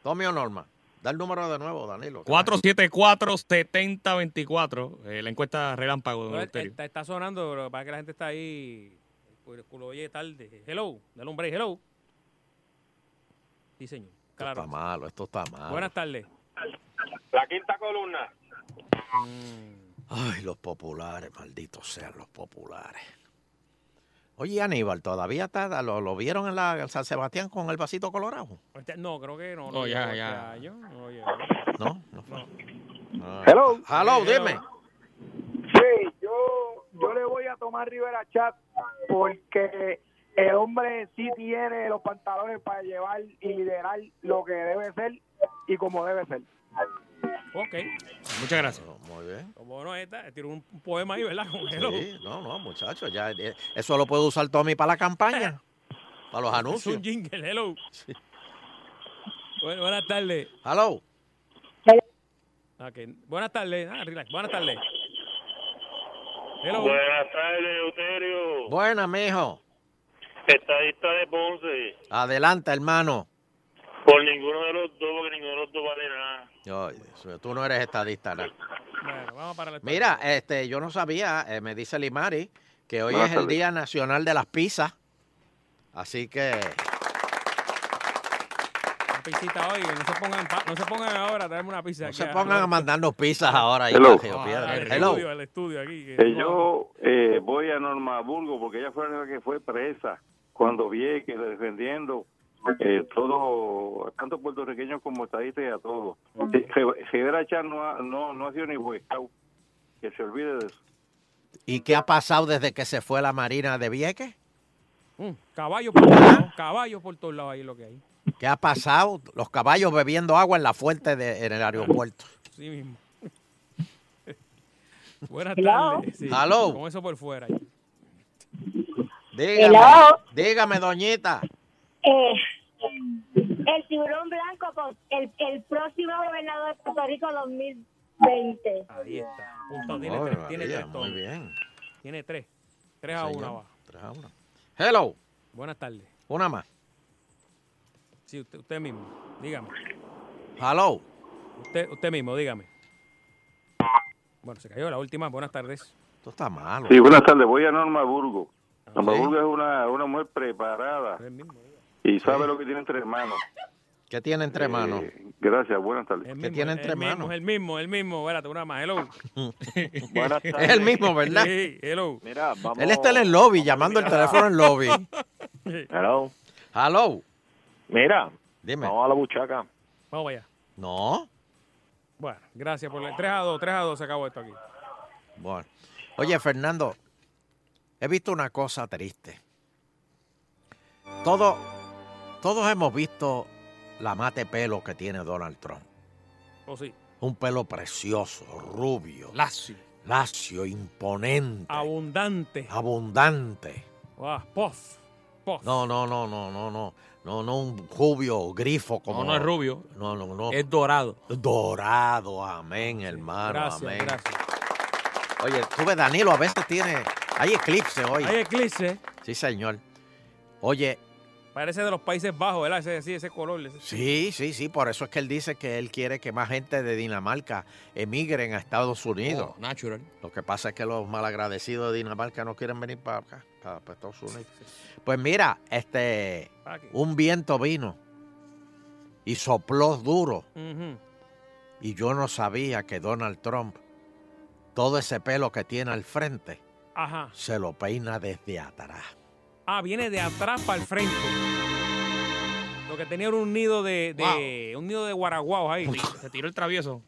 Tommy o Norma. Da el número de nuevo, Danilo.
474-7024, eh, la encuesta relámpago de
No,
Don
él- él
Eleuterio.
eh, está, está sonando, pero para que la gente está ahí. Pues, lo oye tarde. Hello. Dale un break. Hello. Sí, señor.
Esto
Claro.
está malo, esto está malo.
Buenas tardes.
La quinta columna.
Ay, los populares, malditos sean los populares. Oye, Aníbal, todavía está, lo, lo vieron en la en San Sebastián con el vasito colorado.
Este- No, creo que no.
No, ya,
llegó este
ya.
año, no lo llegó.
No, no
fue.
Ah.
Hello. Hello.
Hello, dime.
Sí, yo, yo le voy a tomar Rivera Chat porque el Eh, hombre sí tiene los pantalones para llevar y liderar lo que debe ser y como debe ser.
Ok.
Muchas gracias.
Muy bien.
Como no está, tiró un un poema ahí, ¿verdad? Con hello.
Sí, no, no, muchachos, ya eh, eso lo puede usar Tommy para la campaña, para los
Es
anuncios.
un jingle. Hello. Bueno, buenas tardes.
Hello.
Ok, Buenas tardes. Ah, relax. Buenas tardes. Hello.
Buenas tardes, Euterio.
Buena, mijo.
Estadista de Ponce.
Adelante, hermano.
Por ninguno de los dos, porque ninguno de los dos vale nada.
Ay, Dios mío, tú no eres estadista, ¿no?
Bueno, vamos para la
Mira, este, yo no sabía, eh, me dice Limari, que hoy
Buenas
es el
tardes.
Día Nacional de las Pizzas. Así que,
Una pizzita hoy. No se pongan, pa- no se pongan ahora a traerme una pizza. Ah,
no se pongan a mandarnos pizzas ahora. ahí,
Hello.
Bajo Piedra.
al
Hello.
estudio, al estudio aquí. que-
Eh, yo eh, voy a Norma Burgo porque ella fue la que fue presa cuando vi que defendiendo eh, todo, tanto puertorriqueños como estadistas y a todos. Eh, Re- Rivera Chat no ha, no, no ha sido ni huescao. Que se olvide de eso.
¿Y qué ha pasado desde que se fue la Marina de Vieques?
Mm, caballos por todos lados. Caballos por todos lados ahí lo que hay.
¿Qué ha pasado? Los caballos bebiendo agua en la fuente de, en el aeropuerto.
Sí mismo. *laughs* Buenas
Hello.
tardes. Sí,
Hello.
Con eso por fuera.
Dígame,
Hello.
dígame, doñita.
Eh, el tiburón blanco, pues, el, el próximo gobernador de Puerto Rico 2020.
Ahí está. Punto. Tiene
Ay,
tres.
María,
Tiene tres.
muy
Tommy.
bien.
Tiene tres. Tres a
Señor,
una va.
tres a una. Hello,
Buenas tardes.
una más.
Sí, usted, usted mismo. Dígame.
Hello.
Usted, usted mismo, dígame. Bueno, se cayó la última. Buenas tardes.
Esto está malo.
Sí, buenas tardes. Voy a Norma Burgo. Norma
sí.
Burgo es una, una mujer preparada y sabe lo que tiene entre manos.
¿Qué tiene entre manos?
Eh, Gracias, buenas tardes.
¿Qué tiene entre
el
manos?
mismo, el mismo, el mismo. Espérate, una más. Hello.
*laughs* Buenas
*laughs* Es el mismo, ¿verdad?
Sí, hello.
Mira, vamos.
Él está en el lobby, llamando el teléfono en el lobby.
*laughs* Hello.
Hello.
Mira,
Dime.
vamos a la buchaca.
Vamos para allá.
No.
Bueno, gracias por el 3 a 2, 3 a 2 se acabó esto aquí.
Bueno. Oye, Fernando, he visto una cosa triste. Todo, todos hemos visto la mate pelo que tiene Donald Trump.
O Oh, sí,
Un pelo precioso, rubio.
Lacio.
Lacio, imponente.
abundante.
Abundante.
Ah, puff.
No, no, no, no, no, no. No, no, un rubio grifo como.
no es rubio.
No, no, no.
Es dorado.
Dorado, amén, hermano.
Gracias,
amén. Oye, tú ves, Danilo, a veces tiene. Hay eclipse hoy.
Hay eclipse.
Sí, señor. Oye,
Parece de los Países Bajos, ¿verdad? Ese, sí, ese color. ese-
sí, sí, sí. Por eso es que él dice que él quiere que más gente de Dinamarca emigren a Estados Unidos.
Oh, natural.
Lo que pasa es que los malagradecidos de Dinamarca no quieren venir para acá, para, para Estados Unidos. Pues mira, este, un viento vino y sopló duro
Ujú.
y yo no sabía que Donald Trump, todo ese pelo que tiene al frente,
Ajá.
se lo peina desde
*laughs*
atrás.
Ah, viene de atrás para el frente. Lo que tenía era un nido de, de- un nido de guaraguao ahí.
Se tiró el travieso.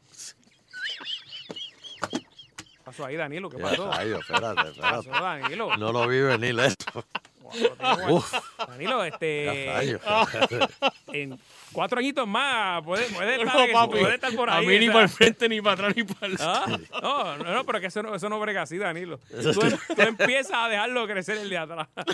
Pasó ahí, Danilo, ¿qué
Ya,
pasó?
rayo, espérate, espérate.
Pasó, Danilo.
No lo vi venir eh.
*laughs*
esto. Uf.
Danilo,
Ya,
este.
rayo.
*laughs* en cuatro añitos más puede, puede
No,
estar,
papi,
puede estar por
a
ahí.
mí ni
esa-
para el frente, ni para atrás, ni para el
Ah, No, no, no, pero que eso no, eso no brega así, Danilo. Tú, tú empiezas a dejarlo crecer el
*laughs*
de atrás.
Sí,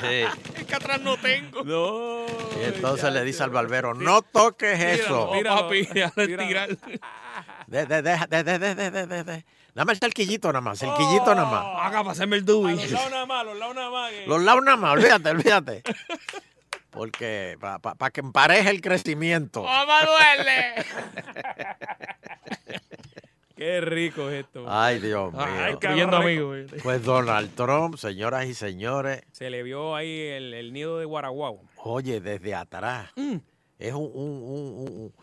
sí.
Es que atrás no tengo.
No.
Y entonces le dice al barbero, no toques eso.
Míralo, papi, déjalo
Míralo.
estirar.
De, de, deja- de, de, de, de, de, de, de. Dame el talquillito nada más, el quillito nada más.
Haga para Oh, hacerme el dubi.
Los
*laughs*
lados nada más, los lados nada más. que-
Los lados nada más, olvídate, olvídate. Porque para que empareje el crecimiento.
¡Mamá duele!
Qué rico es esto.
Ay, Dios mío.
Ay, cabrón. Incluyendo amigos, güey.
Pues Donald Trump, señoras y señores,
Se le vio ahí el, el nido de guaraguao.
oye, desde atrás.
Mm.
Es un, un- un- un- un-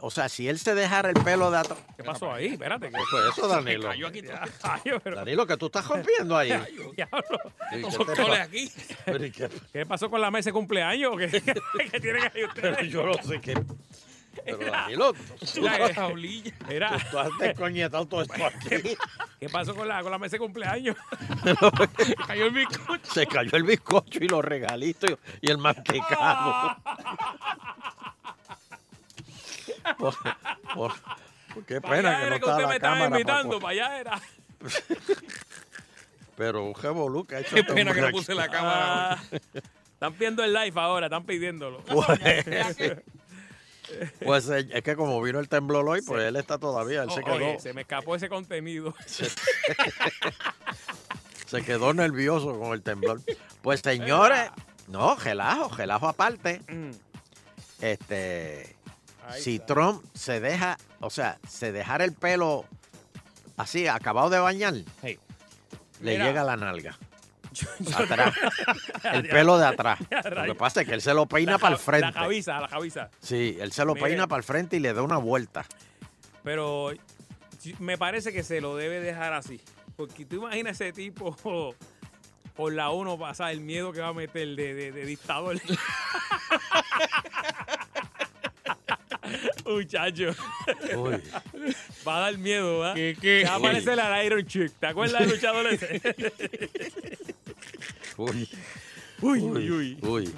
O sea, si él se dejara el pelo de atrás...
¿Qué pasó ahí? Espérate. ¿qué
fue Pues eso, Danilo?
Cayó aquí todo. *laughs* Cayó, pero-
Danilo, que tú estás rompiendo ahí.
*laughs* Diablo.
¿Y qué
Estos son
te
coles
pa-
aquí.
*laughs* Pero, ¿y qué-
¿Qué pasó con la mesa de cumpleaños?
*laughs*
¿Qué, *laughs* qué tienen ahí ustedes?
pero yo no sé qué... Pero Danilo, tú,
Mira, eh,
tú,
mira,
tú has descoñetado todo esto aquí.
*laughs* ¿qué pasó con la, con la mesa de cumpleaños?
*laughs*
cayó el bizcocho.
Se cayó el bizcocho y los regalitos y, y el
*laughs*
mantecado. Por- por- por qué
Para
pena
allá
que no
era
está
usted *laughs* me
la
estaba
cámara.
invitando,
Paco.
para allá era.
Pero un revolú que ha hecho
Qué
este
pena que no
hombre
puse
aquí. Ah.
la cámara. *laughs* Están viendo el live ahora, están pidiéndolo.
*laughs* Pues- *laughs*
*laughs*
Pues eh, es que como vino el temblor hoy, pues él está todavía, él se
Oh,
quedó,
oye, se me escapó ese contenido. *laughs*
se quedó nervioso con el temblor. Pues señores, no, relajo, relajo aparte. Este, si Trump se deja, o sea, se dejara el pelo así, acabado de bañar, le
Mira.
llega la
*laughs*
nalga. Atrás. *laughs* El pelo de atrás.
*laughs* Ya,
Lo que
rayos.
pasa es que él se lo peina
La
para el
ja-
frente.
La cabeza, la cabeza.
Sí, él se lo
Mire.
peina para el frente y le da una vuelta.
Pero sí, me parece que se lo debe dejar así. Porque tú imaginas ese tipo *laughs* por la 1 pasar el miedo que va a meter de, de, de dictador. *laughs* Muchacho.
Uy.
Va a dar miedo, ¿verdad?
¿Qué, qué?
Se va a
Uy.
parecer al Iron Chick. ¿Te acuerdas del luchador ese?
Uy.
Uy,
uy, uy.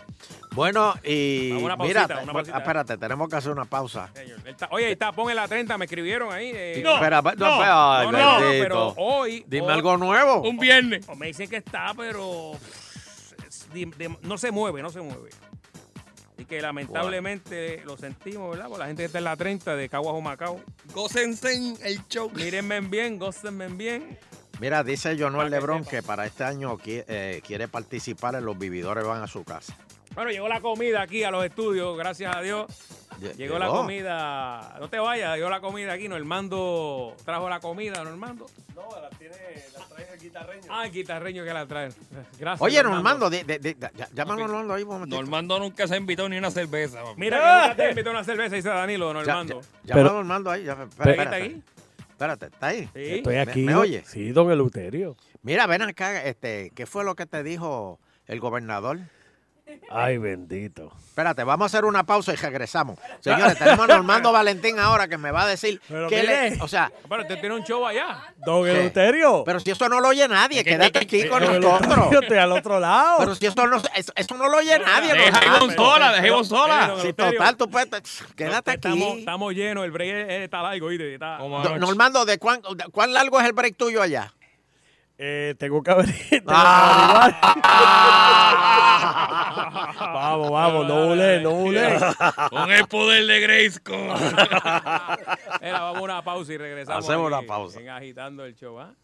Bueno, y
Vamos a
mira,
una pausita, una
te-
pausita.
espérate, tenemos que hacer una pausa.
Señor, él está- Oye, ahí está, pon en la 30, me escribieron ahí. eh,
No, Espera, no, no, ay,
no, no,
bendito.
pero hoy.
Dime
hoy-
algo nuevo. Un
viernes.
Me dicen que está, pero pff, es de- de- no se mueve, no se mueve. Así que lamentablemente lo sentimos, ¿verdad? Por la gente que está en la 30 de Caguajo Macao.
Gócense el show.
Mírenme bien, gócenme bien.
Mira, dice Jonuel Lebrón que para este año qui- eh, quiere participar en Los Vividores Van a su casa.
Bueno, llegó la comida aquí a los estudios, gracias a Dios.
Lle-
Llegó la comida. No te vayas, llegó la comida aquí. Normando trajo la comida, Normando.
No, las tiene, las trae el guitarreño.
Ah, el guitarreño que la traen. Gracias.
Oye, Normando, di- di- di- ya- llámalo a Normando ahí un momentito.
Normando nunca se ha invitado ni una cerveza. papi.
Mira,
Ah.
que nunca te invitó una cerveza, dice Danilo, Normando.
Llámalo a Normando ahí. ya- espérate,
¿Está
espérate.
ahí?
Espérate, ¿está ahí?
Estoy
¿Me-
aquí.
¿Me, oye?
Sí, don Eleuterio.
Mira, ven acá, este, ¿qué fue lo que te dijo el gobernador?
Ay, bendito.
Espérate, vamos a hacer una pausa y regresamos. Señores, tenemos a Normando
*laughs*
Valentín ahora que me va a decir
Pero
qué le-
mire.
o sea,
Pero te tiene un show allá.
Don
Sí.
Eleuterio.
pero si eso no lo oye nadie, quédate aquí con
Don Eleuterio,
nosotros.
estoy al otro lado.
Pero si eso no, eso, eso no lo oye nadie.
Deja a
Normando.
Gonzola, deja a Gonzola.
Sí, total, tú puedes, quédate
Estamos,
aquí.
estamos llenos, el break eh, está largo, ¿viste? Está-
Do- Normando, ¿de cuán, de cuán largo es el break tuyo allá? Ah.
Eh, tengo que abrir. *laughs* tengo que
Ah.
Ah.
averiguar. vamos, vamos, no bulé, no bulé.
Con el poder de Graysco.
*laughs* Mira, vamos a una pausa y regresamos.
Hacemos
aquí
una pausa.
en agitando el show, ¿ah?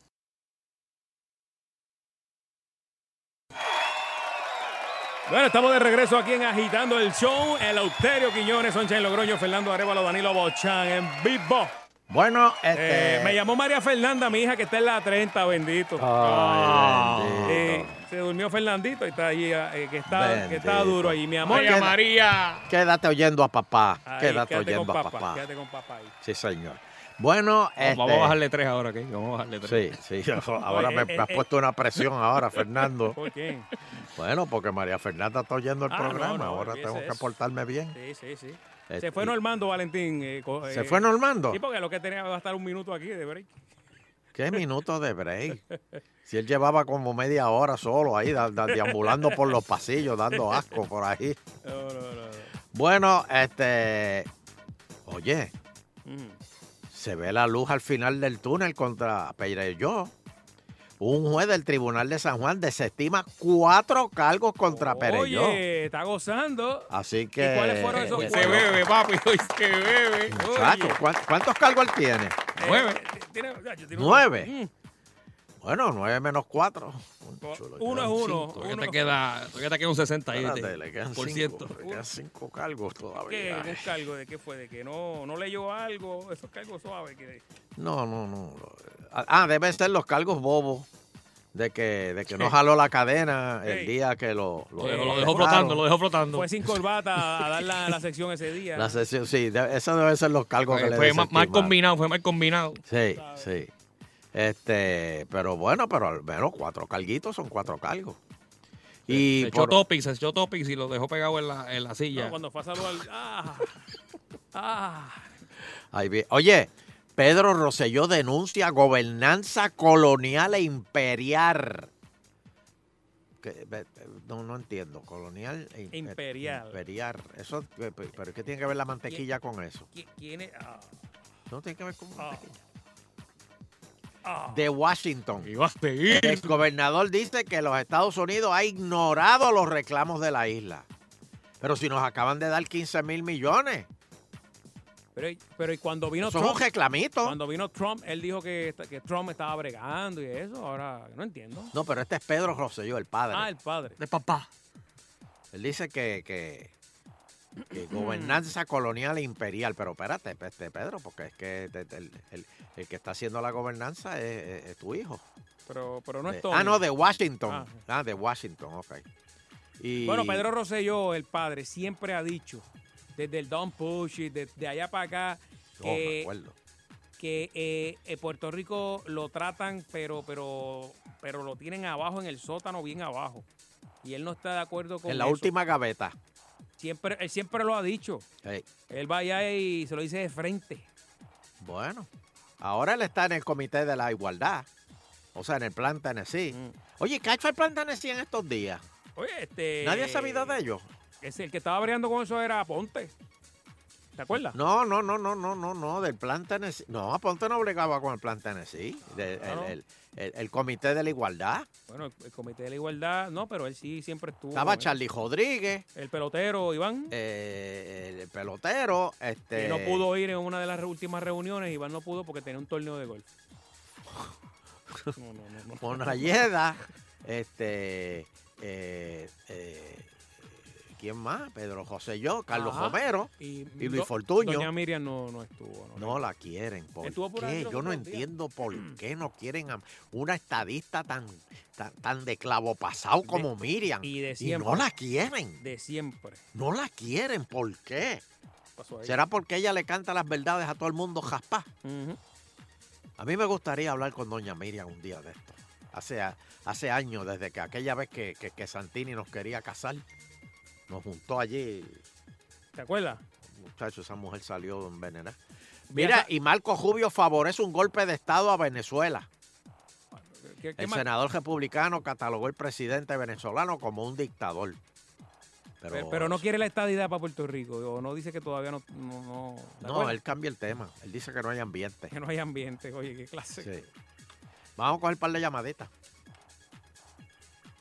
Bueno, estamos de regreso aquí en Agitando el Show. El Auterio Quiñones, Soncha Logroño, Fernando Arevalo, Danilo Bochán en vivo.
Bueno, este-
Eh, me llamó María Fernanda, mi hija, que está en la 30, bendito.
Ay, bendito.
Eh, se durmió Fernandito y está allí, eh, que, está, que está
Bendito.
duro ahí. Mi amor,
Quédate-
María.
Quédate oyendo a papá.
Ahí,
quédate,
quédate
oyendo
con
a
papá,
papá.
quédate con papá ahí.
Sí, señor. Bueno, este-
Vamos a bajarle tres ahora, ¿ok? Vamos a bajarle tres.
Sí,
*laughs*
sí. Ahora me, me has puesto una presión ahora, Fernando.
¿por qué?
Bueno, porque María Fernanda está oyendo el
Ah, no,
programa.
no,
ahora
olvídese
tengo que
eso.
portarme bien.
Sí, sí, sí.
Este-
Se fue Normando Valentín. eh, co-
¿Se
eh,
fue Normando?
Sí, porque lo que tenía va a estar un minuto aquí de break. *laughs*
¿Qué minuto de break? Si él llevaba como media hora solo ahí, da- da- deambulando por los pasillos, dando asco por ahí.
No, no, no.
Bueno, este. Oye,
Mm.
se ve la luz al final del túnel contra Pereyó. Un juez del Tribunal de San Juan desestima cuatro cargos contra Pereyó.
Oye, está gozando.
Así que.
¿Y cuáles fueron esos
Hoy
cuatro?
*laughs*
papi, hoy se bebe.
Muchacho, ¿cuán- ¿cuántos cargos él tiene?
Nueve.
Eh,
¿Nueve?
Mm.
Bueno, nueve menos cuatro.
Uno es uno.
Todavía te queda, todavía te queda un 60 ahí,
Espérate,
¿viste?
le quedan
Por
cinco,
ciento.
le quedan cinco cargos
¿Qué?
todavía.
¿Un cargo de qué fue? ¿De que no, no leyó algo? Esos cargos suaves que...
No, no, no. Ah, deben ser los cargos bobos. De que, de que no jaló la cadena el
Sí.
día que lo,
Lo dejó- lo dejó
secuestraron.
flotando, lo dejó flotando.
Fue sin corbata a dar la, la sección ese día.
La sesión, sí, de- esos deben ser los cargos que
Fue,
le
fue ma- mal
desestimaron.
combinado, fue mal combinado.
Sí, sí. Este, pero bueno, pero al menos cuatro carguitos son cuatro cargos. Y
Se echó topics, se echó topics y lo dejó pegado en la, en la silla.
No, cuando fue
*laughs*
a saludar... ¡Ah! ¡Ah!
Ahí vi- Oye, Pedro Rosselló denuncia gobernanza colonial e imperial. Que- ve- ve- No, no entiendo. Colonial e imper-
Imperial.
imperial. Eso, eh, pe- pero ¿qué tiene que ver la mantequilla con eso?
¿Qui- ¿Quién es? Ah,
No tiene que ver con mantequilla.
ah.
De Washington. El gobernador dice que los Estados Unidos ha ignorado los reclamos de la isla. Pero si nos acaban de dar 15 mil millones.
Pero, pero y cuando vino
Eso es
Trump...
un reclamito.
Cuando vino Trump, él dijo que, que Trump estaba bregando y eso. Ahora, no entiendo.
No, pero este es Pedro Rosselló, el padre.
Ah, el padre.
De papá.
Él dice que, que, que gobernanza colonial e imperial, pero espérate, pe- este, Pedro, porque es que te- te- el, el- el que está haciendo la gobernanza es, es- es tu hijo.
Pero, pero no
De-
es
ah,
Tony.
no, de Washington.
Ah.
Ah, de Washington, ok. Y-
Bueno, Pedro Rosselló, el padre, siempre ha dicho, desde el Don Push, y de, de allá para acá,
No, me
que,
acuerdo.
que eh, eh, Puerto Rico lo tratan, pero, pero, pero lo tienen abajo en el sótano, bien abajo. Y él no está de acuerdo con
En la
eso.
última gaveta. eh,
Siempre, él siempre lo ha dicho.
Ey,
Él va allá y se lo dice de frente.
bueno, ahora él está en el Comité de la Igualdad, o sea, en el Plan Tennessee.
Mm.
Oye, ¿qué ha hecho el Plan Tennessee en estos días?
Oye, este.
¿Nadie ha sabido de ellos?
Ese, el que estaba bregando con eso era Ponte. ¿Te acuerdas?
No, no, no, no, no, no, no, del plan Tennessee. No, Aponte no bregaba con el plan Tennessee. de- el-
Claro.
el, el- el Comité de la Igualdad.
Bueno, el, el Comité de la Igualdad, no, pero él sí siempre estuvo.
Estaba
con él.
Charlie Rodríguez.
Uh, El pelotero, Iván.
eh, el pelotero. Este,
Y no pudo ir en una de las re- últimas reuniones. Iván no pudo porque tenía un torneo de golf. No, no, no, no. *laughs*
Monalleda. este, eh, eh, ¿Quién más? Pedro José Yo, Carlos
Ajá.
Romero.
Y,
y Luis
do-
Fortuño.
Doña Miriam no, no estuvo. No,
No la quieren. ¿Por
Estuvo por ahí
qué?
los
Yo no
otros días. Mm.
entiendo por qué no quieren a una estadista tan, tan, tan de clavo pasado como Miriam.
y de
no
siempre.
la quieren.
De siempre.
No la quieren. ¿Por qué?
Pasó ahí.
¿Será porque ella le canta las verdades a todo el mundo jaspá?
Ujú.
A mí me gustaría hablar con doña Miriam un día de esto. Hace, a- hace años, desde que aquella vez que, que- que Santini nos quería casar, nos juntó allí.
¿Te acuerdas?
Muchachos, esa mujer salió envenenada.
Mira,
Mira,
esa-
y Marco Rubio favorece un golpe de Estado a Venezuela.
¿Qué, qué
El
más?
senador republicano catalogó al presidente venezolano como un dictador. Pero,
Pero, pero no quiere la estadidad para Puerto Rico. O no dice que todavía no. No, no, ¿te
no,
acuerdas?
él cambia el tema. Él dice que no hay ambiente.
Que no hay ambiente. Oye, qué clase.
Sí. Vamos a coger un par de llamaditas.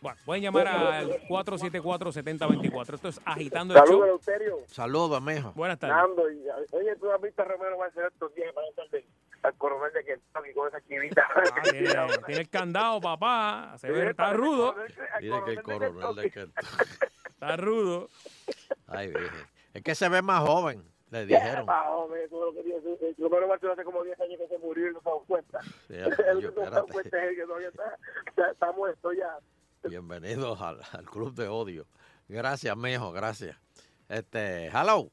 Bueno, pueden llamar al 474-7024. Esto es Agitando el
Saludos,
Show.
Saludos, mijo.
Buenas tardes.
Nando, y- oye, tú has visto a Romero va a hacer estos días para tarde al coronel de Kentucky con esa chivita.
Tiene, Eh, tiene el candado, papá. Se ve, está rudo.
Mire que el coronel de Kentucky.
Está rudo.
Ay, virgen. Es que se ve más joven, le dijeron.
Ah, hombre, tú lo que dices, eh, Romero Barceló hace como 10 años que se murió y no se ha dado cuenta.
Sí,
El
yo,
único que se ha dado
espérate.
cuenta es él, que todavía está, está, está muerto ya.
Bienvenidos al, al Club de Odio. Gracias, mijo, gracias. Este, hello.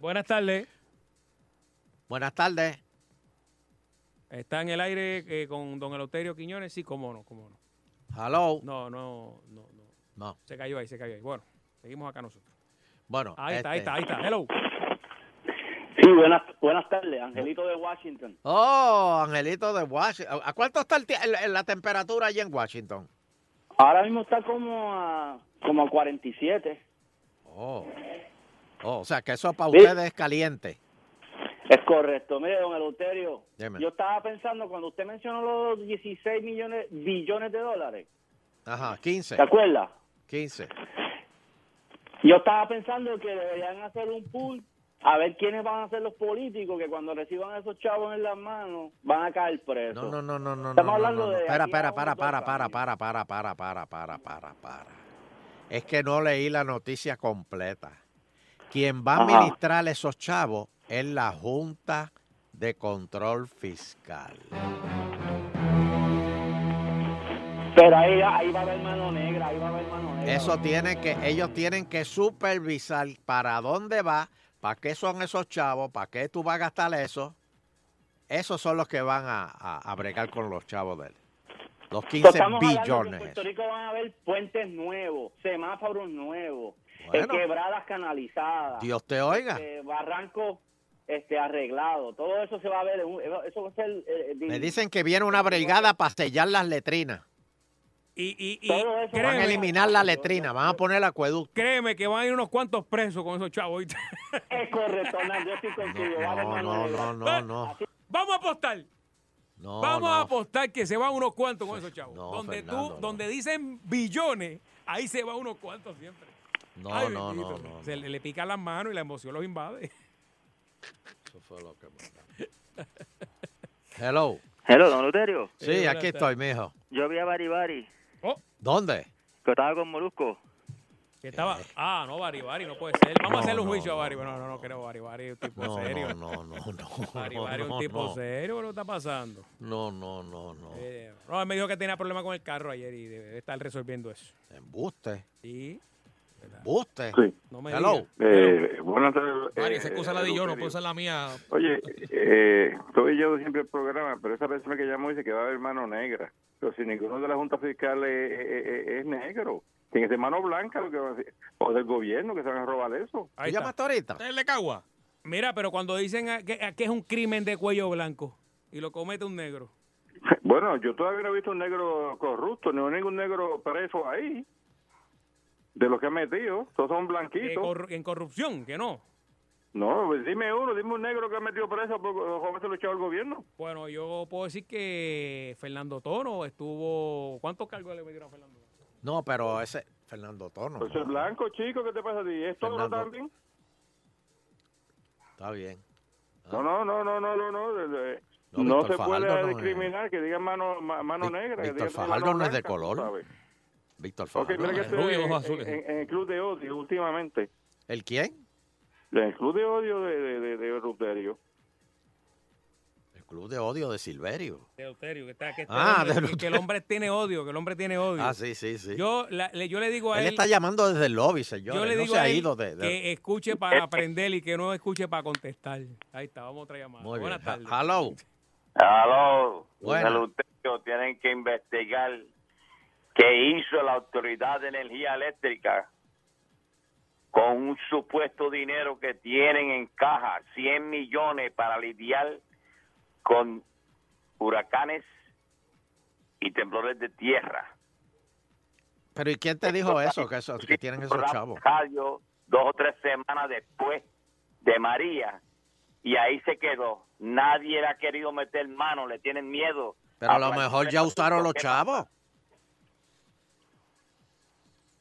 Buenas, tardes.
Buenas tardes.
Está en el aire eh, con don Eleuterio Quiñones. Sí, cómo no, cómo no.
Hello.
No, no, no, no.
No.
Se cayó ahí, se cayó ahí. Bueno, seguimos acá nosotros.
Bueno.
Ahí está, ahí
este-
está, ahí está. Hello.
Sí, buenas, buenas tardes, Angelito de Washington.
Oh, Angelito de Washington. ¿A cuánto está el tie- el- el- la temperatura allí en Washington?
Ahora mismo está como a, como a 47.
Oh. Oh, o sea, que eso para
Sí.
ustedes es caliente.
Es correcto. Mire, don Eleuterio,
Dime.
yo estaba pensando cuando usted mencionó los 16 millones, billones de dólares.
Ajá, 15.
¿Te acuerdas?
15.
Yo estaba pensando que deberían hacer un pool a ver quiénes van a ser los políticos que cuando reciban a esos chavos en las manos van a caer presos.
No, no, no, no, no.
Estamos
no, no,
hablando
no, no.
de
Espera,
aquí
espera,
a
para,
unos
para,
dos
para, para, para, para, para, para, para, para. Es que no leí la noticia completa. Quien va a
Ajá.
administrar esos chavos es la Junta de Control Fiscal.
Pero ahí, ahí va a haber mano negra, ahí va a haber mano negra.
Eso tiene que, ellos tienen que supervisar para dónde va, para qué son esos chavos, para qué tú vas a gastar eso. Esos son los que van a, a, a bregar con los chavos de él. Los 15
Estamos hablando que En
billones.
Puerto Rico van a haber puentes nuevos, semáforos nuevos,
Bueno.
eh, quebradas canalizadas.
Dios te oiga.
eh, barrancos este, arreglados. Todo eso se va a ver. en un- eso va a ser. eh,
Me
di-
dicen que viene una brigada para sellar las letrinas.
Y, y, y
Todo eso
Van a
créeme,
eliminar la letrina, van a poner el acueducto.
créeme que van a ir unos cuantos presos con esos chavos. ¿oíste?
Es correcto, Hernán, yo estoy contigo. va a haber
No,
mano
no,
negra.
no, no, no.
Vamos a apostar.
no,
Vamos a
no.
apostar que se van unos cuantos con esos chavos. donde
Fernando,
tú,
no.
donde dicen billones, ahí se van unos cuantos siempre.
No,
Ay,
no,
bendito.
no, no,
Se le, le pica las manos y la emoción los invade.
Eso fue lo que Hello.
Hello, don Luterio.
Sí, aquí estoy, mijo.
Yo vi a Bari Bari,
¿Dónde?
que estaba con Molusco.
Oh, Que estaba, ah, no, Bari Bari, no puede ser. Vamos a hacerle un juicio a Bari. No, no, no, creo Bari Bari es un tipo
No,
*laughs* serio.
no, no, no,
*laughs*
no.
Bari
no,
Bari es
no,
un tipo
no.
serio, ¿qué está pasando?
No, no, no, no.
Eh, no, él me dijo que tenía problemas con el carro ayer y debe estar resolviendo eso.
Embuste.
Sí.
Buste.
Sí.
No me
Hello.
digas.
Eh, buenas tardes.
Mari,
eh,
esa excusa la di yo, no
Eleuterio.
puedo usar la mía.
Oye,
*laughs*
eh, estoy yo siempre el programa, pero esa persona que llamó dice que va a haber mano negra. Pero si ninguno de la Junta Fiscal es, es- es- eh, es negro, tiene que ser mano blanca lo que van a hacer, o del gobierno que se van a robar eso.
Ahí está.
ahorita?
Mira, pero cuando dicen a- que, a que es un crimen de cuello blanco y lo comete un negro.
*laughs* Bueno, yo todavía no he visto un negro corrupto, no hay ningún negro preso ahí, de los que han metido, todos son
que
blanquitos.
Eh, corru- en corrupción, que no.
No, pues dime uno, dime un negro que ha metido preso por joven lo echado al gobierno.
Bueno, yo puedo decir que Fernando Tono estuvo. ¿Cuántos cargos le metieron a Fernando?
No, pero ese Fernando Tono.
Pues es blanco, chico, ¿qué te pasa a ti? ¿Es todo
Fernando.
también?
Está bien.
No, no, no, no, no, no, no. de- de-
No,
No,
Víctor
se
Fajardo
puede
no es-
discriminar que digan mano, ma- mano
Vic-
negra. que
Víctor
digan
Fajardo
mano
no es de
blanca,
color.
¿sabes?
Víctor
Ok,
Fajardo.
mira que
no
este-
es rubio,
en,
ojos azules.
en- en el club de odio últimamente.
¿El quién?
El club de odio de, de, de, de Eleuterio.
El Club de Odio de Silverio.
De Euterio, que, está, que, este
Ah,
hombre-
de
que-
Eleuterio.
que el hombre tiene odio, que el hombre tiene odio.
Ah, sí, sí, sí.
Yo, la- le, yo le digo a él.
él está llamando desde el lobby, señor.
yo le
él no
digo
se
a
ha
él
ido de... de-
que
*laughs*
escuche para aprender y que no escuche para contestar. Ahí está, vamos a otra llamada.
Muy bien.
Buenas tardes.
Ha- Hello.
Aló,
Buenas.
Eleuterio, tienen que investigar qué hizo la Autoridad de Energía Eléctrica con un supuesto dinero que tienen en caja, 100 millones para lidiar con huracanes y temblores de tierra.
Pero ¿y quién te dijo eso? Que, eso, que tienen esos chavos.
Radio dos o tres semanas después de María y ahí se quedó. Nadie le ha querido meter mano, le tienen miedo.
Pero a lo mejor ya usaron los chavos.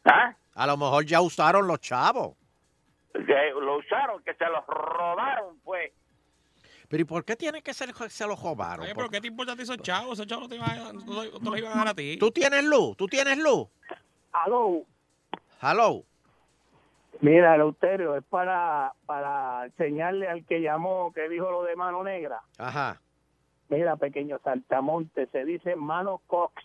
¿Ah?
A lo mejor ya usaron los chavos.
Que lo usaron, que se los robaron, pues.
Pero ¿y por qué tiene que ser que se los robaron?
Oye, pero ¿qué te importa a ti esos chavos? Esos chavos no te, iban a- no te- no te los iban a dar a ti.
¿Tú tienes luz? ¿Tú tienes luz?
Aló.
Hello.
Mira, Eleuterio, es para, para enseñarle al que llamó, que dijo lo de mano negra.
Ajá.
Mira, pequeño saltamonte, se dice mano cox.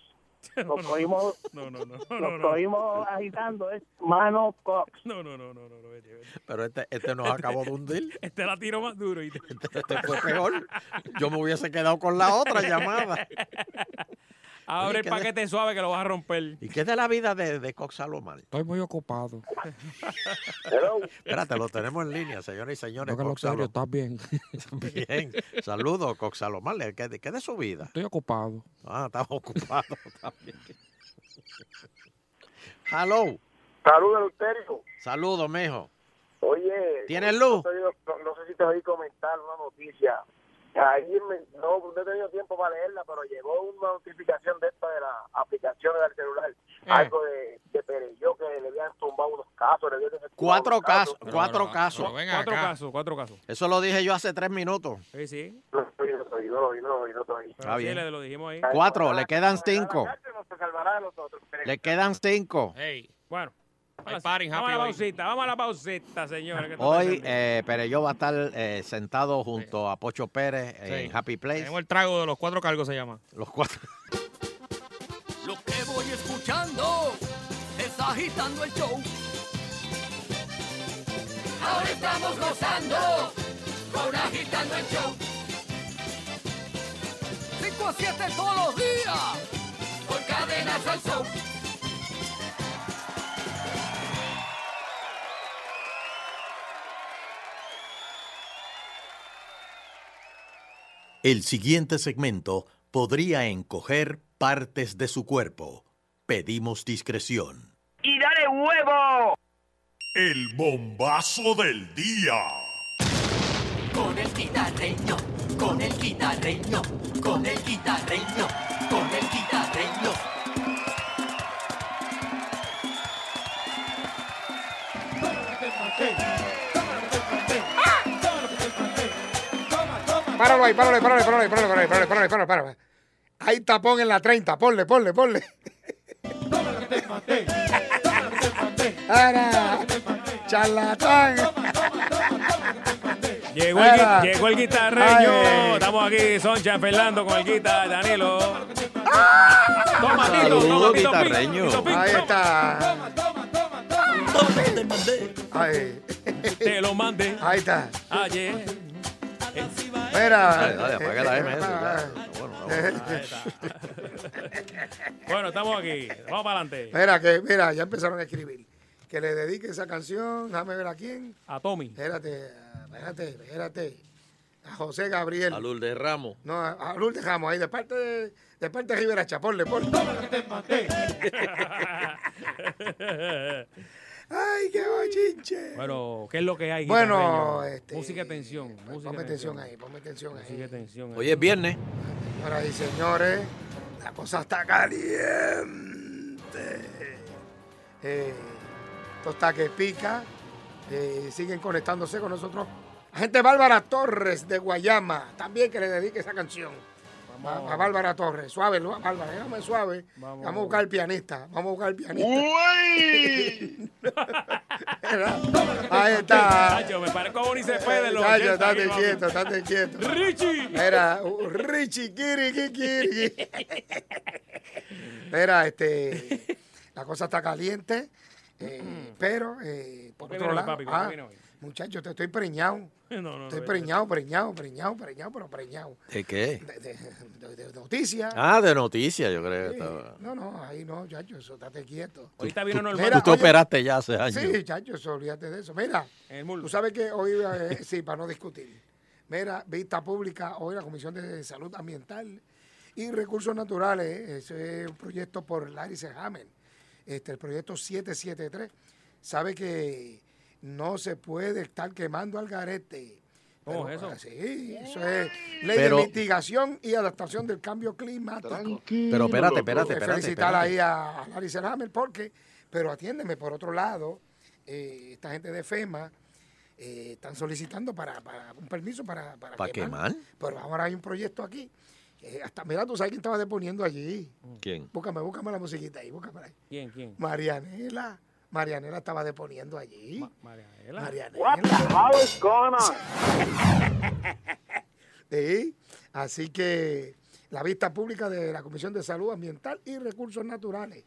*laughs*
Nos cogimos,
No, no, no.
nos cogimos agitando, es mano cox.
No, no, no, no. no.
Pero este, este nos acabó de hundir.
Este la tiro más duro. Y te...
Este fue peor. Yo me hubiese quedado con la otra llamada.
Abre
Oye,
el
¿qué
paquete suave que lo vas a romper.
¿Y qué es de la vida de, de Cox Salomar?
Estoy muy ocupado.
Espérate, lo tenemos en línea, señoras y señores.
No, Carlos
Cox Salomar.
Terrio, estás
*laughs*
bien.
Bien. Saludos, Cox Salomar. ¿Qué, de- qué de su vida?
Estoy ocupado.
Ah, estamos ocupados *laughs* también. Hello.
Saludos, Eleuterio.
Saludos, mijo.
Oye. eh,
¿Tienes luz?
No, no- no sé si te oí comentar una noticia. Ahí me- no, no he tenido tiempo para leerla, pero llegó una notificación de esta de la aplicación del
Eh.
celular. Algo de, de Pereyó, que le habían tumbado unos casos. Le habían desactivado
Cuatro
unos casos.
casos, cuatro casos.
Cuatro casos, cuatro casos.
Eso lo dije yo hace tres minutos.
Sí, sí.
No, no, no, no, no, no, no, no, no.
Está
Sí,
bien.
le- lo dijimos ahí.
Cuatro, le quedan cinco.
Se salvará de los otros.
Le quedan cinco.
Bueno. Vamos a la vamos a la pausita, vamos a la pausita, señores. que esto está
Hoy
encendido.
eh, Pereyó va a estar eh, sentado junto a Pocho Pérez en Happy Place.
Tenemos el trago de los cuatro cargos, se llama.
Los
*laughs*
cuatro.
Lo que voy escuchando es agitando el show. Ahora estamos gozando con agitando el show. 5 a 7 todos los días por cadenas al show.
El siguiente segmento podría encoger partes de su cuerpo. Pedimos discreción.
¡Y dale huevo!
El bombazo del día.
Con el guitarreño, con el guitarreño, con el guitarreño, con el guitarreño.
Páralo ahí, páralo ahí, páralo ahí, páralo ahí, páralo ahí, páralo ahí, páralo ahí, páralo ahí, páralo ahí. Hay tapón en la 30, ponle, ponle, ponle. Ahora, charlatán.
Llegó el, gui-
Era.
llegó el guitarreño.
Ay.
Estamos aquí, Soncha, Fernando con el guitar, Danilo. Toma, Tito, toma,
Saludos,
Tito, Pin.
guitarreño.
Tito, Pin,
Ahí
toma.
está. Ahí.
Te lo mandé.
Ahí está.
Ayer.
*laughs*
Mira. Ah.
Dale, dale,
apaga la MS,
*laughs*
*laughs*
Bueno, estamos aquí. Vamos para adelante.
Mira, que, mira, ya empezaron a escribir. Que le dedique esa canción, déjame ver a quién.
A Tommy.
Espérate, espérate, espérate. A José Gabriel.
A de Ramos.
No, a a Lourdes Ramos, ahí de parte de, de parte de Rivera Chapón, le ponle. *laughs*
*laughs*
Ay, qué bochinche.
Bueno, ¿qué es lo que hay?
Bueno,
guitarreño?
este,
música de tensión. Música
Ponme
de
atención ahí, ponme atención ahí.
Música de tensión. ahí.
Hoy es viernes.
Señoras y señores, la cosa está caliente. Eh, esto está que pica. Eh, siguen conectándose con nosotros. Gente Bárbara Torres de Guayama, también que le dedique esa canción. A, a Bárbara Torres, suave, ¿no? Bárbara, déjame suave. Vamos. a buscar al pianista, vamos a buscar al pianista. Era- Ahí está.
Nacho, me parezco a Bonnie Cepeda en los
Chacho,
80 aquí,
estate
papi.
quieto, estate quieto.
Richie.
Mira, uh, Richie, kiri, kiri, kiri. Mira, este, la cosa está caliente, eh, pero eh, por
¿Por qué
otro
vino
lado,
hoy, Mm. papi? ¿Por qué
ah,
vino hoy?
muchacho, te estoy preñado.
*laughs* No, no, no.
Estoy
no,
preñado, preñado, preñado, preñado, pero preñado.
¿De qué?
De, de- de- de noticias.
Ah, de noticias, yo creo que Pues, estaba.
No, no, ahí no, chacho, eso, estate quieto.
Ahorita
Tú,
vino normal.
tú te
oye,
operaste ya hace años.
Sí, chacho, eso, olvídate de eso. Mira, tú sabes que hoy, eh, sí, para no discutir. Mira, vista pública, hoy la Comisión de Salud Ambiental y Recursos Naturales, ese es un proyecto por Larry Sehamen, este, el proyecto 773, sabe que no se puede estar quemando al garete.
¿Cómo es
Pero, ah,
eso?
Sí, eso es ley
Pero-
de mitigación y adaptación del cambio climático.
Pero espérate, espérate,
Eh,
espérate,
Felicitar
espérate.
ahí a, a Larry Sehamen porque Pero atiéndeme, por otro lado, eh, esta gente de FEMA eh, están solicitando para, para un permiso para, para,
¿Para quemar?
Pero ahora hay un proyecto aquí. eh, hasta, mira, tú sabes quién estaba deponiendo allí.
¿Quién?
Búscame, búscame la musiquita ahí, búscame ahí.
¿Quién, quién?
Marianela. Marianela estaba deponiendo allí. Marianela. Marianela.
What the hell is going
*laughs* Sí, Así que la vista pública de la Comisión de Salud Ambiental y Recursos Naturales.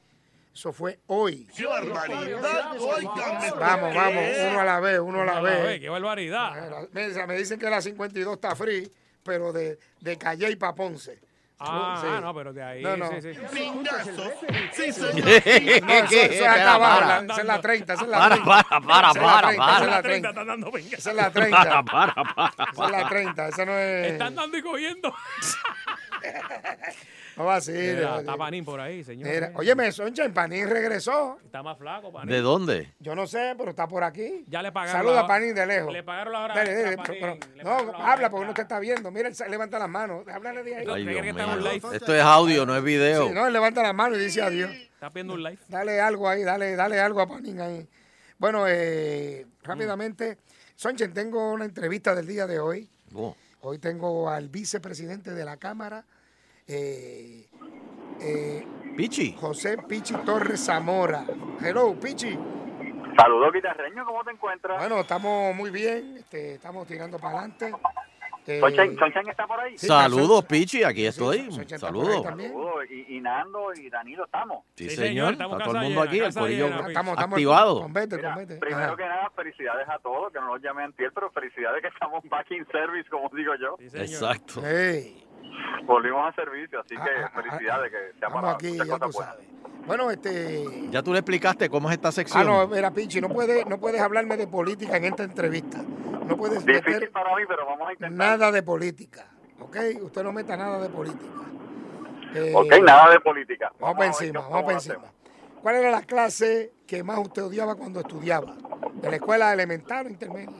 Eso fue hoy.
¡Qué barbaridad! Óigame,
Vamos, vamos, uno a la vez, uno a la vez.
¡Qué barbaridad!
Me dicen- me dicen que la 52 está free, pero de, de Calle y pa' Ponce.
Ah,
Sí.
no, pero de ahí.
No, no.
Sí, sí.
Sí, señor.
No,
No, eso, eso es acá abajo, la- esa es la 30, esa es la 30. Esa es la 30, esa es la 30. Esa es la 30.
Para, para,
Esa es la 30, esa no es...
Están dando y cogiendo.
No va a ser.
Mira, Está Panín por ahí, señor.
Mira, óyeme, Soncha, Panín regresó.
Está más flaco, Panín.
¿De dónde?
Yo no sé, pero está por aquí.
Ya le pagaron.
Saluda
la-
a Panín de lejos.
Le pagaron la hora
Dale, dale,
extra a
pero-
Panín.
pero- no, habla porque uno te está viendo. Mira, él se- levanta las manos. Háblale de ahí.
Ay, Dios mío. Esto es audio, no es video.
Sí, no, él levanta las manos y dice adiós.
Está viendo un live.
Dale algo ahí, dale, dale algo a Panín ahí. Bueno, eh, rápidamente, Sonchen, tengo una entrevista del día de hoy.
Oh.
Hoy tengo al vicepresidente de la Cámara, eh, eh,
Pichi.
José Pichi Torres Zamora. Hello, Pichi.
Saludos, guitarreño, ¿cómo te encuentras?
Bueno, estamos muy bien, este, estamos tirando para adelante. Eh,
Sonchan, Sonchan está por ahí.
Sí,
Saludos, Pichi, aquí estoy. Saludos.
Saludos, y, y Nando y Danilo estamos.
Sí, señor. Está todo el mundo aquí, el corillo
Estamos- estamos
activado.
Convete,
Mira,
convete.
Primero
Ajá.
que nada, felicidades a todos, que no los llamen antier, pero felicidades que estamos back in service, como digo yo.
Exacto.
Ey,
Volvimos a servicio, así que
ah,
felicidades, que se
estamos aquí, ya tú sabes. Bueno, este...
Ya tú le explicaste cómo es esta
Ah,
sección.
no, mira, Pichi, no puedes, no puedes hablarme de política en esta entrevista. No puedes meter
para mí, pero vamos a
intentar. nada de política, ¿ok? Usted no meta nada de política. Eh,
Ok, nada de política.
Vamos para
a ver
encima,
cómo
vamos para
lo hacemos.
encima. ¿Cuál era la clase que más usted odiaba cuando estudiaba? ¿De la escuela elemental o intermedia?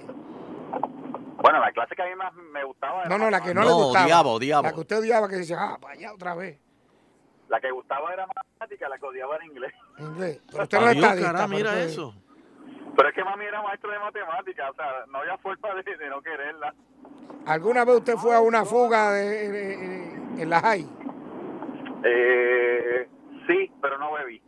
Bueno, la clase que a mí más me gustaba era
No, no, la que no, le
No,
gustaba.
odiaba, odiaba.
La que usted odiaba que dice, ah, para allá otra vez,
La que gustaba era matemática, la que odiaba era inglés.
inglés. Pero usted no es
Adiós,
estadista.
cara,
pero
Ah, mira
usted-
eso.
Pero es que mami era maestro de matemática, o sea, no había forma de, de no quererla.
¿Alguna vez usted fue a una fuga de- en- en- en la high?
Eh, sí, pero no bebí.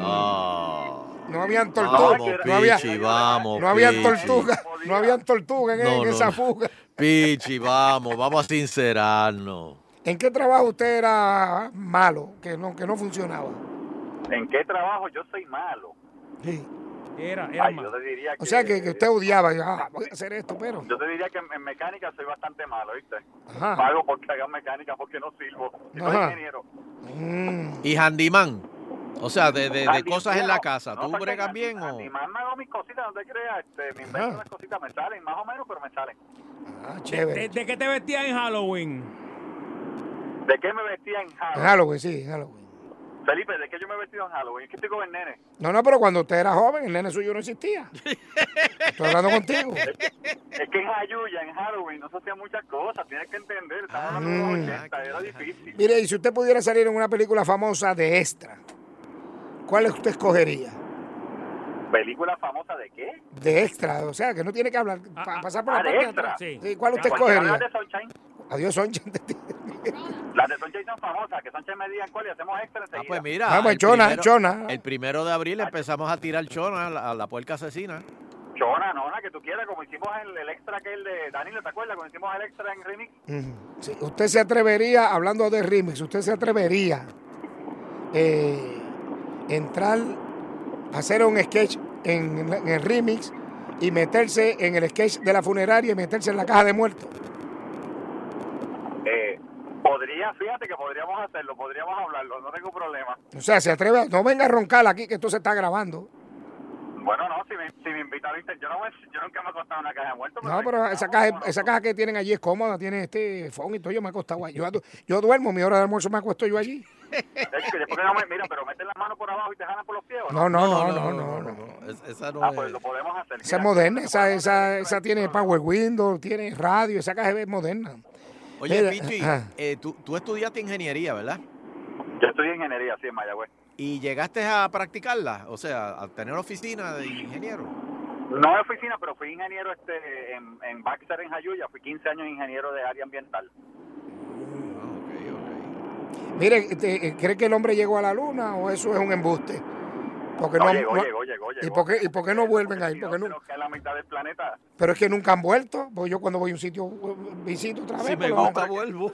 Ah.
No habían tortugas.
Vamos,
no, había,
Pichi, vamos.
no habían
Pichi.
tortugas. No habían tortugas en,
No,
en
no,
esa
no.
fuga.
Pichi, vamos, vamos a sincerarnos.
¿En qué trabajo usted era malo? Que no, que no funcionaba.
¿En qué trabajo? Yo soy malo.
Era,
Ay, yo te diría que,
O sea, que, que usted odiaba. y, Ah, voy a hacer esto, pero.
Yo te diría que en, en mecánica soy bastante malo, ¿viste?
Ajá.
Pago porque hagan mecánica porque no sirvo. Y soy
Ajá.
ingeniero.
Mm.
Y handyman. O sea, de, de- de
Handyman,
cosas en la
no,
casa.
no,
¿Tú
porque
bregas
handy-
bien o...?
handyman me hago mis cositas, no te creas. Este, me invento las cositas, me salen más o menos, pero me salen.
Ah,
¿De, de, de qué te vestías en Halloween?
¿De qué me vestía en
En
Halloween?
Halloween, sí, en Halloween.
Felipe, ¿de qué yo me he vestido en Halloween? Es que estoy con el nene.
No, no, pero cuando usted era joven, el nene suyo no existía. Estoy hablando contigo.
Es que, es que en Ayuya, en Halloween, no se hacían muchas cosas. Tienes que entender, estamos hablando de los
Mm.
80, era difícil.
Mire, y si usted pudiera salir en una película famosa de extra, ¿cuál usted escogería?
¿Película famosa de qué?
De extra, o sea, que no tiene que hablar, pa- pasar por la
ah, de
parte de
extra.
atrás.
Sí.
Sí, ¿Cuál usted
Porque ahora
escogería?
las de Sunshine,
Adiós, Soncha.
las de Sunshine son famosas, que Sunshine me digan cuál y hacemos extra enseguida.
Pues mira,
Vamos,
el
Ah, chona,
primero-
chona.
El primero de abril empezamos a tirar chona a la, a la puerca asesina.
Chona, nona, que tú quieras, como hicimos el, el extra que el de Danilo, ¿te acuerdas? Cuando hicimos el extra en Remix.
Ujú. Sí, usted se atrevería, hablando de remix, usted se atrevería eh, entrar, hacer un sketch en, en el remix y meterse en el sketch de la funeraria y meterse en la caja de muertos.
Eh, podría, fíjate que podríamos hacerlo, podríamos hablarlo, no tengo problema.
O sea, se atreve, a- no venga a roncar aquí que esto se está grabando.
Bueno, no, si me, si me invitaron, ¿viste? yo, no me, yo nunca me he acostado en una caja de muertos.
No, pero esa caja, esa caja que tienen allí es cómoda, tiene este phone y todo, yo me he acostado ahí. Yo, adu- yo duermo, mi hora de almuerzo me acuesto yo allí.
Es que después que no me, mira, pero meten las manos por abajo y te jalan por los pies. ¿o
No, no, no, no, no. no.
Es- esa no
Ah,
es.
pues lo podemos hacer.
Esa es moderna, esa, esa, esa tiene power window, tiene radio, esa caja es moderna.
Oye,
Mira,
Pichi,
ajá.
eh, tú, tú estudiaste ingeniería, ¿verdad?
Yo estoy ingeniería, sí, en Mayagüez.
¿Y llegaste a practicarla? O sea, a tener oficina de ingeniero.
No de oficina, pero fui ingeniero este en, en Baxter, en Jayuya. Fui 15 años ingeniero de área ambiental.
Mire, este, eh, ¿cree que el hombre llegó a la luna o eso es un embuste? Porque
No,
no,
llegó,
no-
llegó, llegó,
¿Y
llegó.
por qué, y por qué no vuelven ahí? Porque no,
Que es la mitad del planeta.
pero es que nunca han vuelto. Porque yo cuando voy a un sitio, eh, visito otra vez. pero no-
vuelvo.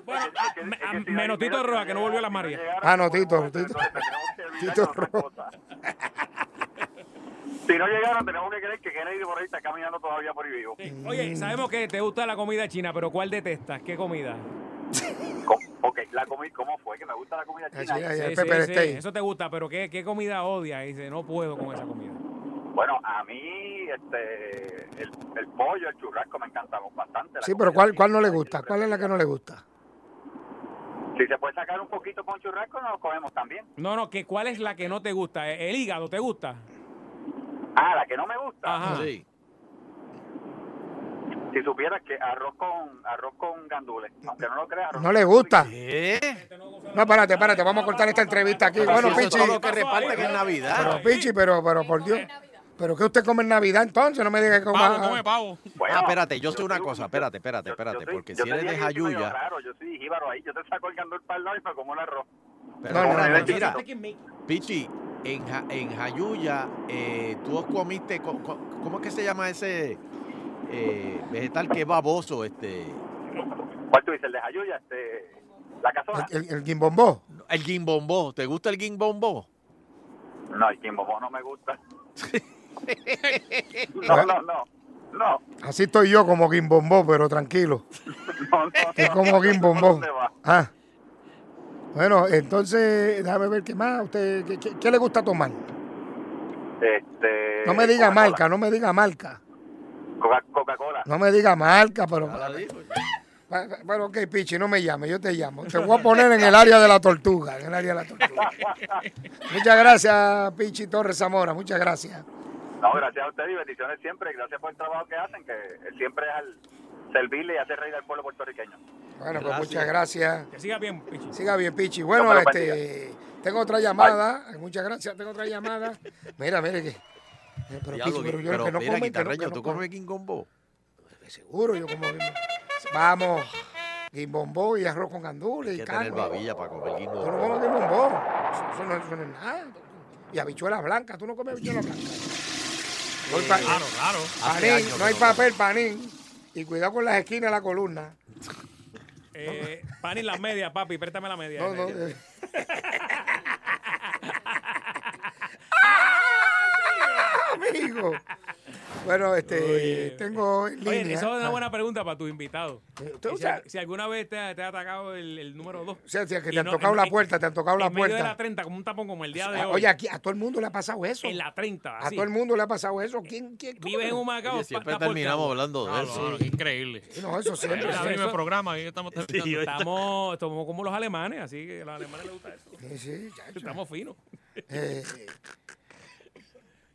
menos Tito Roja, que no volvió a las Marías.
Ah, no, Tito, Tito. *laughs* Tito Rojo.
Si no llegaron, tenemos que creer que Kennedy por ahí está caminando todavía por ahí vivo.
Mm.
Oye, sabemos que te gusta la comida china, pero ¿cuál detestas? ¿Qué comida?
Ok, la comí, ¿cómo fue? Que me gusta la comida
*laughs*
china.
Sí, sí, sí, Eso te gusta, pero ¿qué, qué comida odias? Y dice, no puedo con esa comida.
Bueno, a mí este, el, el pollo, el churrasco me encantamos bastante. La
Sí,
comida
pero ¿cuál, ¿cuál no le gusta? ¿Cuál es la que no le gusta?
Si se puede sacar un poquito con churrasco, nos lo comemos también.
No, no, que ¿cuál es la que no te gusta? ¿El el hígado te gusta?
Ah, la que no me gusta.
Ajá.
Si supieras que arroz con arroz con gandules, aunque no lo creas. arroz
¿No
con
le gusta?
¿Qué?
No, espérate, espérate, vamos a cortar esta entrevista aquí.
Pero
Bueno,
si eso es
Pichi.
todo lo que reparten en Navidad.
Pero, Pichi, pero, pero, por Dios. ¿Pero qué usted come en Navidad entonces? No me diga que coma.
pavo.
ah, espérate, yo sé una cosa, espérate, espérate, espérate, porque si eres de Jayuya,
Claro, yo soy jíbaro ahí. Yo te saco el gandul para el lado y me como el arroz.
pero
No, no,
ahora,
no, no,
mira,
no,
Pichi, en, Ja- en Jayuya, eh, tú comiste, co- co- ¿cómo es que se llama ese eh, vegetal que es baboso? Este,
¿Cuál tú dices? El de Jayuya, este, la casona.
El, el guimbombó.
el guimbombó, ¿te gusta el guimbombó?
No, el guimbombó no me gusta. No, no, no. No,
Así estoy yo como guimbombó,
*laughs*
pero tranquilo.
no, no.
Es como guimbombó.
¿Dónde va?
Ah. Bueno, entonces, déjame ver qué más. ¿Usted qué, qué- qué le gusta tomar?
Este,
No me diga
Coca-Cola.
marca, no me diga marca.
Coca- Coca-Cola.
No me diga marca, pero... Bueno, ok, Pichi, no me llame, yo te llamo. Te voy a poner en el área de la tortuga, en el área de la tortuga. Muchas gracias, Pichi Torres Zamora, muchas gracias.
No, gracias a ustedes y bendiciones siempre. Gracias por el trabajo que hacen, que siempre es al servirle y hacer reír al pueblo puertorriqueño.
Bueno, pues muchas gracias.
Que siga bien, Pichi.
Siga bien, Pichi.
No
Bueno,
me lo
este, tengo otra llamada. Muchas gracias, tengo otra llamada. Mira, mira que. eh, Pero,
Diablo,
Pichi, pero yo
pero
que no
mira,
como, que no-
guitarreño,
que no
¿tú
como.
comes guimbombó?
Seguro, yo como guimbo- Vamos, guimbombó y arroz con gandules
Hay
y
que tener
carne.
babilla para comer
Tú no comes
guimbombó.
guimbombó. Eso, eso no, eso no es nada. Y habichuelas blancas, tú no comes habichuelas blancas. Voy pa-
Claro, claro.
Panín, no hay papel, panín. Y cuidado con las esquinas de la
*laughs*
columna.
Eh, pan y las medias, papi, préstame la media.
No, no, eh. Amigo. Bueno, este, tengo en
Oye,
línea.
eso es una
Ah,
buena pregunta para tus invitados.
¿Te
Si,
gusta?
si alguna vez te, ha- te ha atacado el, el número 2.
O sea, que te han tocado la puerta, te han tocado la
en medio de
puerta.
la 30, como un tapón como el día de
Ah,
hoy.
Oye, aquí a todo el mundo le ha pasado eso.
En la 30,
A
así. Eh,
todo el mundo le ha pasado eso. ¿Quién, quién? cómo?
Vives en un Macao.
Oye, siempre terminamos hablando de eso.
increíble.
No, eso siempre.
Es el
Eso-
mismo programa y estamos terminando.
Estamos, estamos como los alemanes, así que a los alemanes les gusta eso.
Sí, sí, chacho.
Estamos finos.
Eh,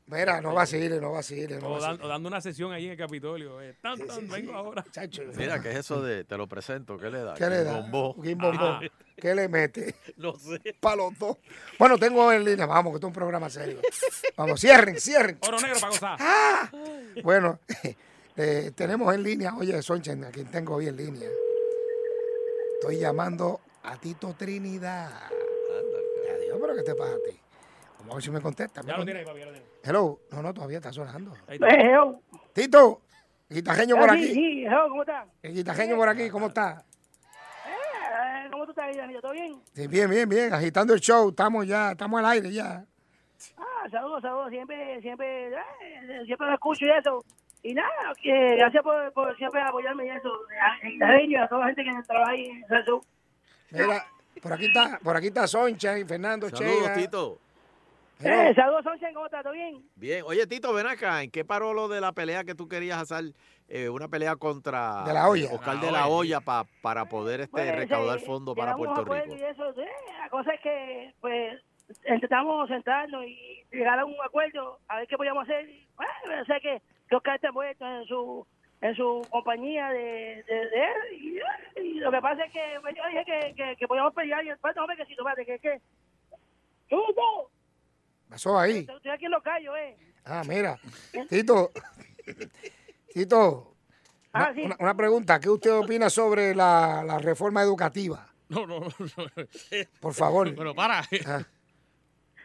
mira, no vaciles, no vaciles, no
O, dan-
vaciles.
o eh, dando una sesión ahí en el Capitolio. eh, tan, tan, vengo ahora.
Chacho.
Mira, ¿qué es eso de te lo presento? ¿Qué le da?
¿Qué le da?
Guimbombó.
Guimbombó.
Ah,
*laughs*
¿Qué le mete?
no sé.
Para los dos. Bueno, tengo en línea. Vamos, que esto es un programa serio. Vamos, cierren, cierren.
Oro negro para gozar.
Ah, bueno, *laughs* eh, tenemos en línea, oye, Sonchen, a quien tengo hoy en línea. Estoy llamando a Tito Trinidad. Adiós, pero ¿qué te pasa a ti? Vamos a ver si me contesta.
Ya
me
lo
contesta.
tiene ahí, papi, ya lo tiene.
Hello, no, no, todavía está sonando.
Ahí está.
Tito, Tito, guitajeño por
Ah,
aquí.
sí, sí, hello, ¿cómo estás?
El guitajeño por aquí, ¿cómo está?
Eh, ¿Cómo tú estás, Danilo? ¿Todo bien?
Sí, bien, bien, bien, agitando el show, estamos ya, estamos al aire ya.
Ah, saludos, saludos. Siempre, siempre, eh, siempre lo escucho y eso. Y nada, que gracias por, por siempre apoyarme y eso. Eh, Y a ellos, a toda la gente que trabaja ahí en Salsú.
Mira, por aquí está, por aquí está Soncha y Fernando
Saludos,
Chega.
Tito.
Eh, saludos, Sonchen, ¿cómo estás? ¿Todo bien?
Bien. Oye, Tito, ven acá. ¿En qué paró lo de la pelea que tú querías hacer? eh, una pelea contra
De la Hoya.
Oscar
La
de la
Hoya.
Hoya pa- para poder este,
Pues,
recaudar
eh,
fondos para
llegamos a
Puerto
acuerdo
Rico.
Y eso, eh, la cosa es que, pues, intentamos sentarnos y llegar a un acuerdo, a ver qué podíamos hacer. Bueno, sé que Oscar está envuelto en su en su compañía de, de- de él. Y, eh, y lo que pasa es que pues, yo dije que, que, que podíamos pelear y el bueno, hombre, que si tú que, que tú, tú,
Pasó ahí.
Estoy aquí en los callos, ¿eh?
Ah, mira. Tito. Tito.
Ah,
una,
sí.
una- una pregunta. ¿Qué usted opina sobre la, la reforma educativa?
*laughs* No, no, no. no.
Por favor.
Pero para. *laughs*
Ah,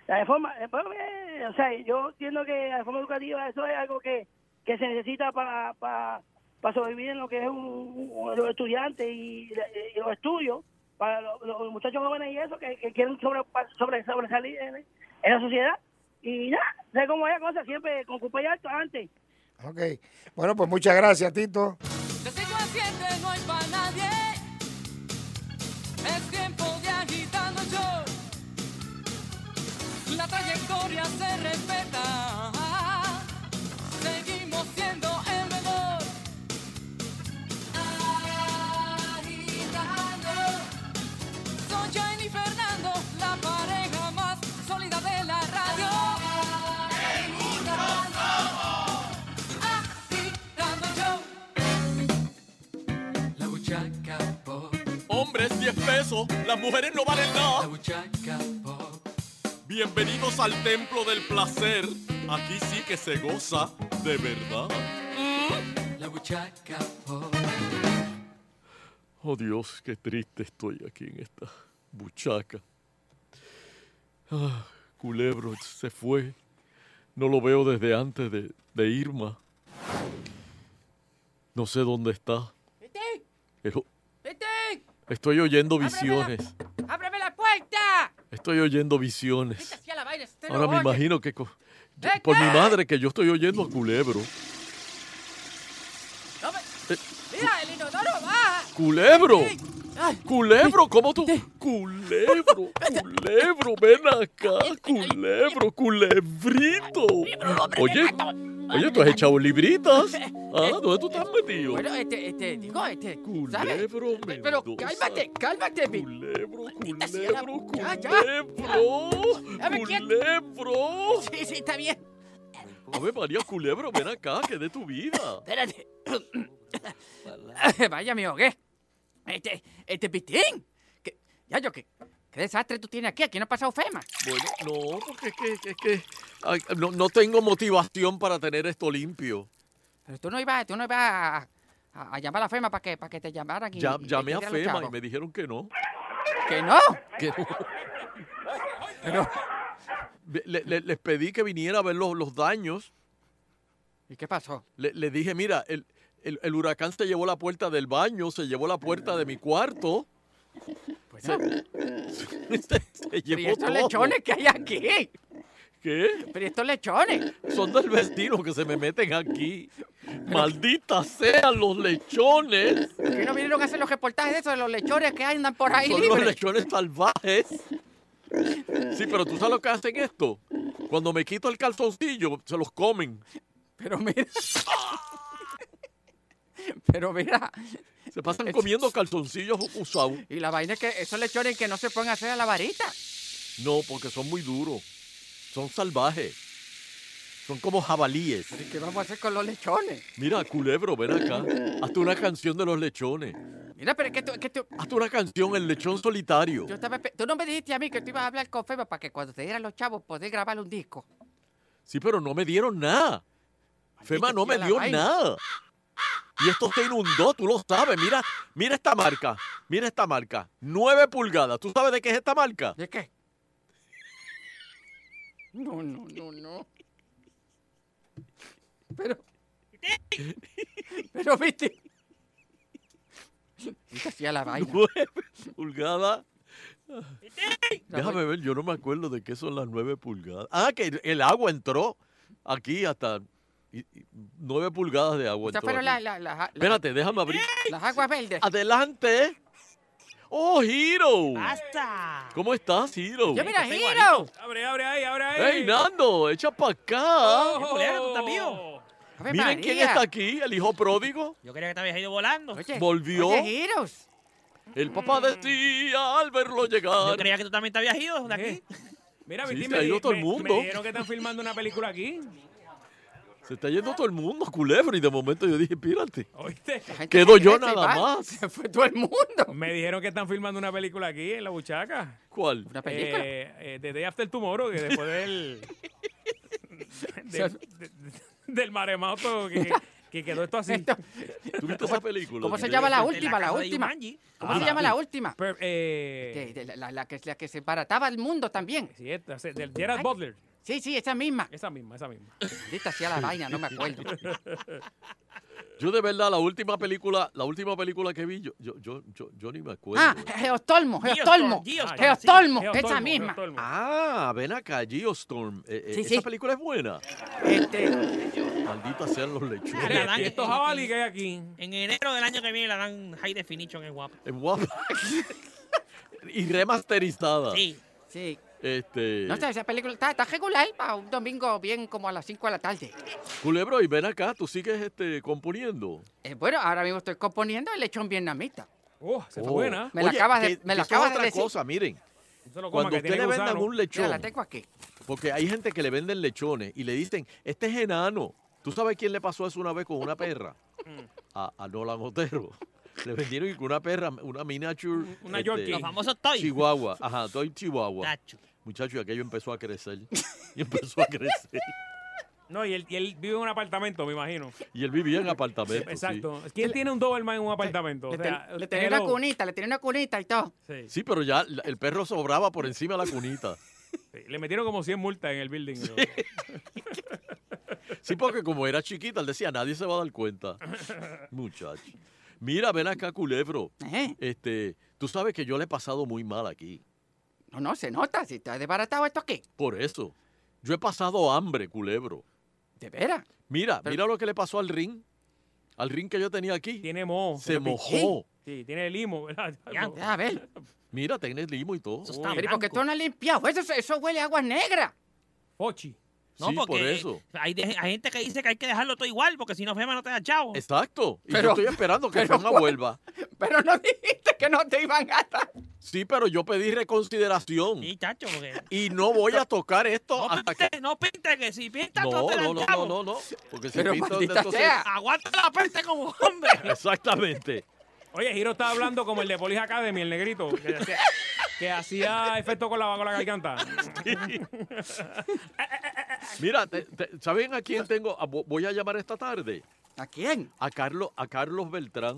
La reforma, eh, bueno, eh, o sea, yo entiendo que la reforma educativa, eso es algo que, que se necesita para, para, para sobrevivir en lo que es un, un- los estudiantes y, y los estudios, para los, los muchachos jóvenes y eso, que, que quieren sobre, pa- sobre, sobresalir en, en la sociedad. Y nada, sé cómo es la cosa, siempre con cupo y alto antes.
ok. Bueno, pues muchas gracias, Tito.
Yo sigo haciendo y no hay para nadie. Es tiempo de agitando yo. La trayectoria se respeta. Seguimos siendo el mejor. Agitando. Son Jane y Fernando, la pareja más sólida de la radio. El mundo Agitando yo.
La buchaca pop. Hombres 10 pesos, las mujeres no valen nada. La buchaca pop. Bienvenidos al templo del placer. Aquí sí que se goza de verdad.
La buchaca pop.
Oh Dios, qué triste estoy aquí en esta buchaca. Ah, Culebro se fue. No lo veo desde antes de, de Irma. No sé dónde está.
¡Vete!
El-
¡Vete!
Estoy oyendo visiones.
¡Ábreme la puerta!
Estoy oyendo visiones.
Hacia pues! la vaina, usted
Ahora
no
me
oye.
imagino que co- yo-
¡Vete!
por mi madre que yo estoy oyendo a Culebro.
No me-
Eh,
¡Mira, el inodoro va!
Culebro.
Ay.
Culebro, ¿cómo tú? Culebro, culebro, ven acá, culebro, culebrito. Oye, oye, tú has echado libritas. Ah, ¿dónde tú estás metido?
Bueno, este, este, digo, este, ¿sabes?
Culebro,
Pero
Mendoza.
cálmate, cálmate, mi-
Culebro,
Maldita sea la-
culebro,
Ya, ya.
culebro,
Ya me quiet-
culebro.
Sí, sí, está bien.
Ave María, culebro, ven acá, que de tu vida.
Espérate. *laughs* Vaya, me ahogué. Este, este pitín. Que- ya, yo, ¿qué, qué desastre tú tienes aquí. Aquí no ha pasado FEMA.
Bueno, no, porque es que, es que ay, no, no tengo motivación para tener esto limpio.
Pero tú no ibas, tú no ibas a, a- a llamar a FEMA para que, para que te llamaran. Y,
Ya,
y te
llamé a
quitaran los
FEMA y
chavos.
me dijeron que no.
¿Que no?
Que no. Le- le- les pedí que viniera a ver los, los daños.
¿Y qué pasó?
Le, le dije, mira, el, el- el huracán se llevó la puerta del baño, se llevó la puerta de mi cuarto. se, se- se
Pero ¿y
llevó
estos
todo.
lechones que hay aquí?
¿Qué?
Pero ¿y estos lechones.
Son del vecino que se me meten aquí. Maldita sean los lechones.
¿Por qué no vinieron a hacer los reportajes de esos, de los lechones que andan por ahí
Son los
libres?
lechones salvajes. Sí, pero tú sabes lo que hacen esto. Cuando me quito el calzoncillo, se los comen.
Pero mira. Pero mira.
Se pasan
*laughs*
comiendo calzoncillos usados.
Y la vaina es que esos lechones que no se pueden hacer a la varita.
No, porque son muy duros. Son salvajes. Son como jabalíes.
¿Y qué vamos a hacer con los lechones?
Mira, culebro, ven acá. Hazte una canción de los lechones.
Mira, pero es que tú, es que tú,
Hazte una canción, El Lechón Solitario.
yo estaba espe- tú no me dijiste a mí que tú ibas a hablar con Feba para que cuando te dieran los chavos poder grabar un disco.
Sí, pero no me dieron nada. FEMA no me
sea la
dio
vaina.
nada. Y esto se inundó, tú lo sabes. Mira, mira esta marca. Mira esta marca. 9 pulgadas. ¿Tú sabes de qué es esta marca?
¿De qué? No, no, no, no. Pero. Pero viste. ¿Qué hacía la vaina?
9 pulgadas. Déjame ver, yo no me acuerdo de qué son las 9 pulgadas. Ah, que el agua entró aquí hasta 9 pulgadas de agua.
Estas
Entró
fueron
aquí.
las- las- las- las-
Espérate, déjame abrir. *laughs*
las aguas verdes.
Adelante. Oh, Hiro.
¡Basta!
¿Cómo estás, Hiro?
Yo,
Ah. mira,
Hiro. Abre, abre ahí, abre ahí.
¡Ey, Nando! ¡Echa para
Oh,
acá!
Ojo. Oh.
Ave
Miren quién
María.
está aquí, el hijo pródigo.
Yo creía que te habías ido volando.
Volvió.
oye,
Giros.
El papá decía al verlo llegar.
Yo creía que tú también te habías ido de aquí.
Mira,
Sí,
Vitín,
se ha
me,
ido
di-
todo el
me-
*laughs* mundo.
me dijeron que están filmando una película aquí.
Se está yendo todo el mundo, culebro. Y de momento yo dije, pírate.
¿Oíste? *laughs*
Quedo yo nada más.
Se *laughs* fue todo
*laughs*
el mundo. Me dijeron que están filmando una película aquí en La Buchaca.
¿Cuál?
¿Una The Day After Tomorrow, que después
*laughs*
del. de- de- del maremoto que, que quedó esto así.
¿Tú viste esa película?
¿Cómo se llama la última? La última. ¿Cómo se
Ah,
llama
sí.
la última?
eh.
Que- de- la, la que, la que se barataba el mundo también.
Sí, esta, se- del Gerard Butler.
Sí, sí, esa misma.
Esa misma, esa misma.
Dita hacía
*laughs*
la vaina, no me acuerdo.
Yo de verdad, la última película, la última película que vi, yo, yo, yo, yo, yo ni me acuerdo.
Ah, Geostolmo, Geostolmo.
Geostorm,
Geostolmo,
sí.
esa
Geostorm,
misma.
Geostorm.
Ah, ven acá, Geostorm. Eh, eh,
Sí, Este. sí.
esa película es buena. Maldita sean los
La
lechugas.
dan-
estos jabalí que hay aquí.
En enero del año que viene la dan High Definition en guapa.
Es guapa. *laughs* y remasterizada.
Sí.
Sí.
Este.
No sé, esa película está, está regular para un domingo bien como a las 5 de la tarde.
Culebro, y ven acá, tú sigues este, componiendo.
Eh, bueno, ahora mismo estoy componiendo el lechón vietnamita.
¡Oh,
se fue Oh. buena.
Me la
Oye,
acabas de,
que-
me la
que eso es
acabas de
otra
decir.
cosa, miren.
lo coma,
Cuando
que
usted
tiene
le vendan
gusano.
un lechón,
Ya la tengo aquí.
porque hay gente que le venden lechones y le dicen, este es enano. ¿Tú sabes quién le pasó eso una vez con una perra?
Mm.
A, a Nolan Otero. *laughs* Le vendieron y con una perra, una miniature. este,
Una Yorkie. Los famosos toy.
Chihuahua. Ajá, toy chihuahua.
Tacho.
Muchacho, y aquello empezó a crecer. *laughs* Y empezó a crecer.
No, y él, y él vive en un apartamento, me imagino.
Y él vivía en apartamento. sí.
Exacto. ¿Quién tiene un Doberman en un apartamento? O
Le,
sea,
ten- le tenía una
hello.
cunita, le tenía una cunita y todo.
Sí.
Sí, pero ya la- el perro sobraba por encima de la cunita.
*laughs* Sí, Le metieron como 100 multas en el building. ¿no?
*laughs* Sí, porque como era chiquita, él decía, nadie se va a dar
*laughs*
cuenta. Muchacho. Mira, ven acá, culebro. Este, tú sabes que yo le he pasado muy mal aquí.
No, no, se nota. Si está desbaratado esto aquí.
Por eso. Yo he pasado hambre, culebro.
¿De veras?
Mira, mira lo que le pasó al ring. Al ring que yo tenía aquí.
Tiene moho.
Se mojó.
Sí, tiene limo, ¿verdad?
A ver.
Mira, tiene limo y todo.
Pero ¿y por qué tú no has limpiado? Eso, eso huele a aguas negras.
Pochi.
No,
Sí, por
porque
eso.
Hay, de- hay gente que dice que hay que dejarlo todo igual porque si no FEMA no te da chavo.
Exacto. Y
Pero-
yo estoy esperando que
pero
Fernan
¿cuál?
vuelva.
Pero no dijiste que no te iban a dar.
Sí, pero yo pedí reconsideración.
Sí, chacho, porque...
Y no voy a tocar esto hasta que...
Pinte, *laughs* No pinte, que si pinta
No,
no te
no,
dan
no,
chavo.
no, no, no. Porque si
Pero
pinto,
maldita
entonces-
sea. Aguanta la peste como hombre.
*laughs*
*laughs*
Exactamente.
Oye, Giro estaba hablando como el de Police Academy, el negrito, que hacía, que hacía efecto con la, con la garganta.
Ah,
Mira, te- te- ¿saben a quién tengo? A- vo- voy a llamar esta tarde.
¿A quién?
A Carlos, a Carlos Beltrán.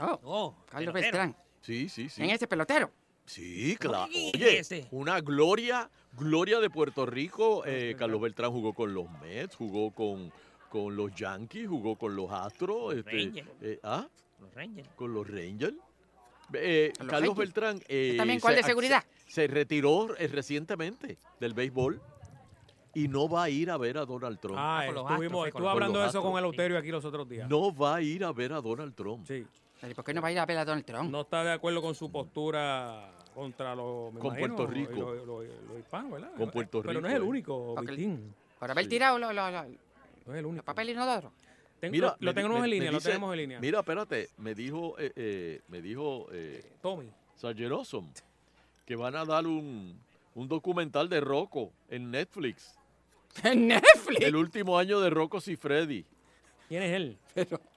Oh, Carlos Beltrán.
Sí, sí, sí.
¿En ese pelotero?
Sí, claro.
¿Cómo que
Oye,
ese?
una gloria, gloria de Puerto Rico. Eh, Carlos Beltrán jugó con los Mets, jugó con, con los Yankees, jugó con los Astros. este,
Rangers.
eh, ¿ah?
Los Rangers.
Con los Rangers. Eh,
Con los
Carlos
Rangers.
Beltrán. eh,
¿Este también cuál de
ac-
seguridad?
Se retiró eh, recientemente del béisbol y no va a ir a ver a Donald Trump.
Ah, estuvimos, estuve hablando de eso con el Euterio aquí los otros días.
No va a ir a ver a Donald Trump.
Sí.
¿Por qué no va a ir a ver a Donald Trump?
No está de acuerdo con su postura contra los... me
Con
imagino,
Puerto Rico.
Los los- los hispanos, ¿verdad?
Con Puerto
Pero
Rico,
no es el
eh.
único,
Porque-
Vitín.
Por haber
Sí.
tirado los lo, lo,
No es el único.
papel inodoro.
Ten-
Mira,
lo, lo
me di-
tenemos
me-
en
me
línea, lo
dice-
tenemos en línea.
Mira, espérate, me dijo, eh, eh, me dijo eh,
Tommy.
Sargeroson que van a dar un, un documental de Rocco en
*laughs*
Netflix.
¿En Netflix?
El último año de Rocco y Freddy.
¿Quién es
*laughs*
él?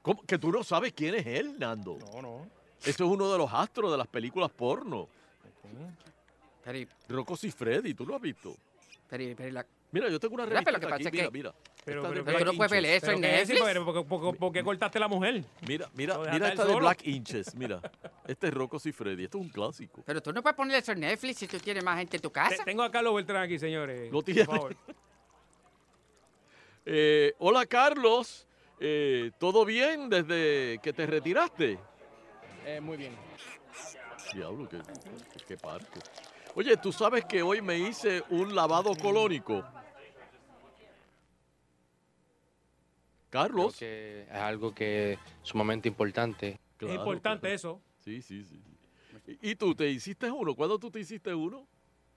¿Cómo? Que tú no sabes quién es él, Nando.
No, no.
Eso es uno de los astros de las películas porno.
Pero, y-
Rocco y Freddy, tú lo has visto.
pero, y- pero y la-
Mira, yo tengo una
Mira,
revista
pero lo que
aquí,
pasa es
mira,
que-
mira.
Pero,
Esta de
pero,
Black
pero-
Inches.
ver eso
pero
en
¿qué decir?
Netflix?
Pero, ¿por, por- por qué cortaste la mujer?
Mira, mira,
Lo dejaste
mira
a él
esta de
solo.
Black Inches, mira. Este es Rocco y Freddy, esto es un clásico.
pero tú no puedes poner eso en Netflix si tú tienes más gente en tu casa.
Te- Tengo a Carlos Beltrán aquí, señores.
Lo tiene.
Por favor.
Eh, hola Carlos, Eh, ¿todo bien desde que te retiraste?
muy bien.
Diablo, qué, qué parco. Oye, tú sabes que hoy me hice un lavado colónico. Carlos.
es algo que es sumamente importante.
Claro,
es importante eso.
Sí, sí, sí. ¿Y, y tú te hiciste uno? ¿Cuándo tú te hiciste uno?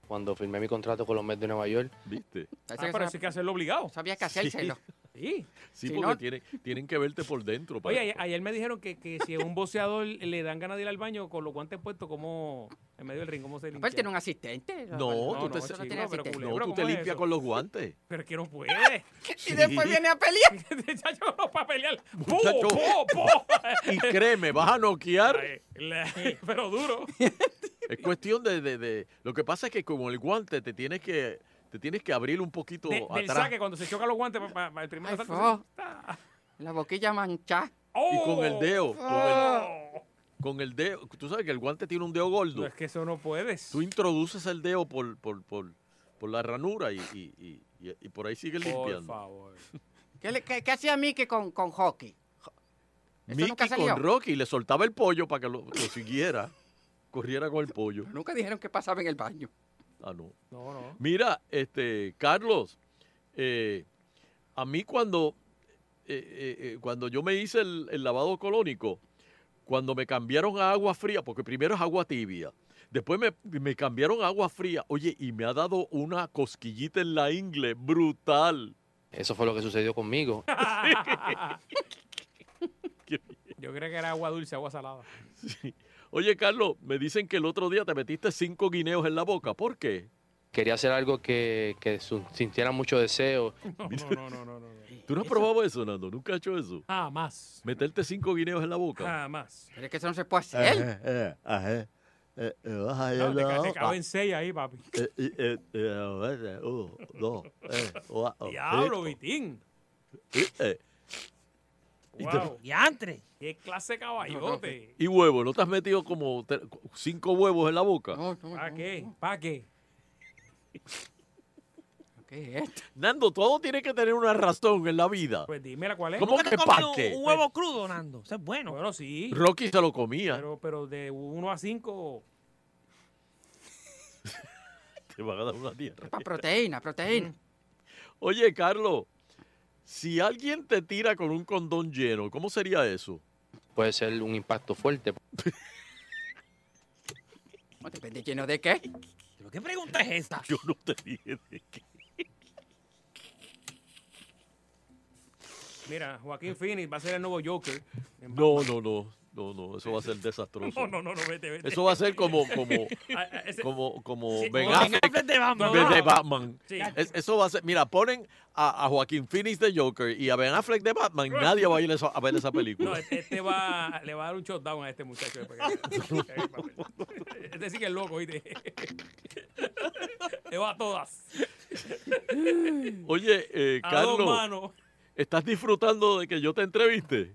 Cuando firmé mi contrato con los Mets de Nueva York.
¿Viste?
Ah, pero sí que hacerlo obligado.
Sabía que
Sí.
hacérselo.
Sí.
Sí,
Si
porque
no-
tienen, tienen que verte por dentro. pues. para-
Oye, ayer, ayer me dijeron que, que si a un boxeador le dan ganas de ir al baño con los guantes puestos, como en medio del ring, ¿cómo se limpia?
él tiene un asistente.
no, tú te,
chico,
no,
pero
pero
culebro,
no, tú
¿cómo
te
es
limpias
eso?
con los guantes.
Pero es que no
*laughs*
*laughs*
puede.
Y después viene
a
*laughs*
pelear.
Muchacho, Este no para pelear. ¡Po,
*laughs* Muchacho.
po, po!
Y créeme, vas a noquear.
La- *laughs* Pero duro.
Es cuestión de, de- de- Lo que pasa es que como el guante te tienes que, te tienes que abrir un poquito
De- del
atrás.
saque, cuando se chocan los guantes para el primer
Ay,
asalto,
fo.
se- ¡Ah!
La boquilla manchada.
Oh.
Y con el dedo. Con el,
Oh.
con el dedo. Tú sabes que el guante tiene un dedo gordo.
No, es que eso no puedes.
Tú introduces el dedo por, por, por, por la ranura y, y- y- y- y por ahí sigues
Por
limpiando.
favor.
*laughs* ¿Qué, le- qué- qué hacía Mickey con, con hockey? Eso nunca
Mickey
salió.
con Rocky le soltaba el pollo para que lo, lo siguiera. corriera con el pollo.
Nunca dijeron qué pasaba en el baño.
Ah, no.
No, no.
Mira, este, Carlos, eh, a mí cuando, eh, eh, eh, cuando yo me hice el, el lavado colónico, cuando me cambiaron a agua fría, porque primero es agua tibia, después me, me cambiaron a agua fría, oye, y me ha dado una cosquillita en la ingle brutal.
Eso fue lo que sucedió
*laughs*
conmigo.
Yo creo que era agua dulce, agua salada. *laughs*
Sí. Oye, Carlos, me dicen que el otro día te metiste cinco guineos en la boca, ¿por qué?
Quería hacer algo que, que su- sintiera mucho deseo.
No, no, no, no.
Eh,
¿Tú no has probado eso, Nando? ¿Nunca has hecho eso?
Jamás.
¿Meterte cinco guineos en la boca?
Jamás.
Pero es que eso no se puede
Ajá,
hacer. Ah,
eh,
ajá. Eh, eh, vas a
No,
llenar
te, ca-
la
te cago
boca.
en seis ahí, papi.
Eh, eh, eh, eh, uno, dos, eh, gua-
Diablo,
rico.
Vitín.
Eh, eh.
Y te-
Wow.
¡Diantre!
¡Qué clase de caballote!
¿Y huevo? ¿No te has metido como te- cinco huevos en la boca?
¿Para qué? ¿Para qué?
¿Qué es esto?
Nando, todo tiene que tener una razón en la vida.
Pues dímela cuál es.
¿Cómo
¿Nunca te
que
has comido
pa' qué?
un huevo crudo, Nando? Eso es bueno.
Bueno, sí.
Rocky se lo comía.
Pero, pero de 1 a 5.
Te van a dar una tierra.
Para proteína, proteína.
Oye, Carlos, si alguien te tira con un condón lleno, ¿cómo sería eso?
Puede ser un impacto fuerte.
No depende lleno de qué.
¿Pero qué pregunta
*laughs*
es esta?
*laughs* Yo no te dije de qué.
Mira, Joaquín Phoenix va a ser el nuevo Joker. En
No, no, no. No, no, eso va a ser desastroso.
No, no, no, no, vete, vete.
Eso va a ser como,
*laughs*
como,
Ah, ah, ese-
como, como
Sí,
Ben
como Ben
Affleck
Affleck de Batman.
de- de
No.
Batman.
Sí.
Es- eso va a ser, mira, ponen a, a Joaquín Phoenix de Joker y a Ben Affleck de Batman, nadie va a ir a esa- a ver esa
No,
película.
este este va, le va a dar un shutdown a este muchacho. de pequeño. Este sí que es loco, oíste. *laughs* Le va a
*laughs*
todas.
Oye, eh,
A dos
Carlos,
manos.
¿estás disfrutando de que yo te entreviste?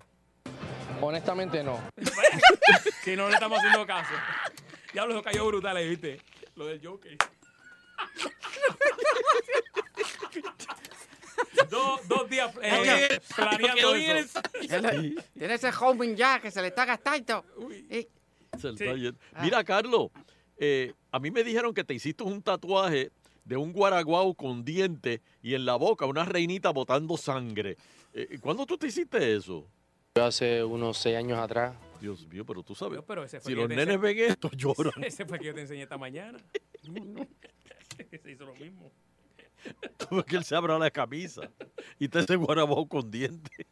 Honestamente no.
*laughs* Si no le estamos haciendo caso. Ya lo cayó brutal ahí, viste. Lo del Joker. *laughs* dos, dos días eh,
Ay,
planeando eso.
Él- Tiene ese homing ya que se le está gastando. Eh. Y-
Se le está yendo.
Ah.
Mira, Carlos, eh, a mí me dijeron que te hiciste un tatuaje de un guaraguao con dientes y en la boca una reinita botando sangre. Eh, ¿Cuándo tú te hiciste eso?
Yo hace unos seis años atrás.
Dios mío, pero tú sabes.
Pero ese fue
Si
que
los
te
nenes
ense-
ven esto, *laughs* lloran.
Ese fue que yo te enseñé
*laughs*
esta mañana. Se hizo lo mismo.
Porque él se abra la camisa y te hace guaraguao con dientes.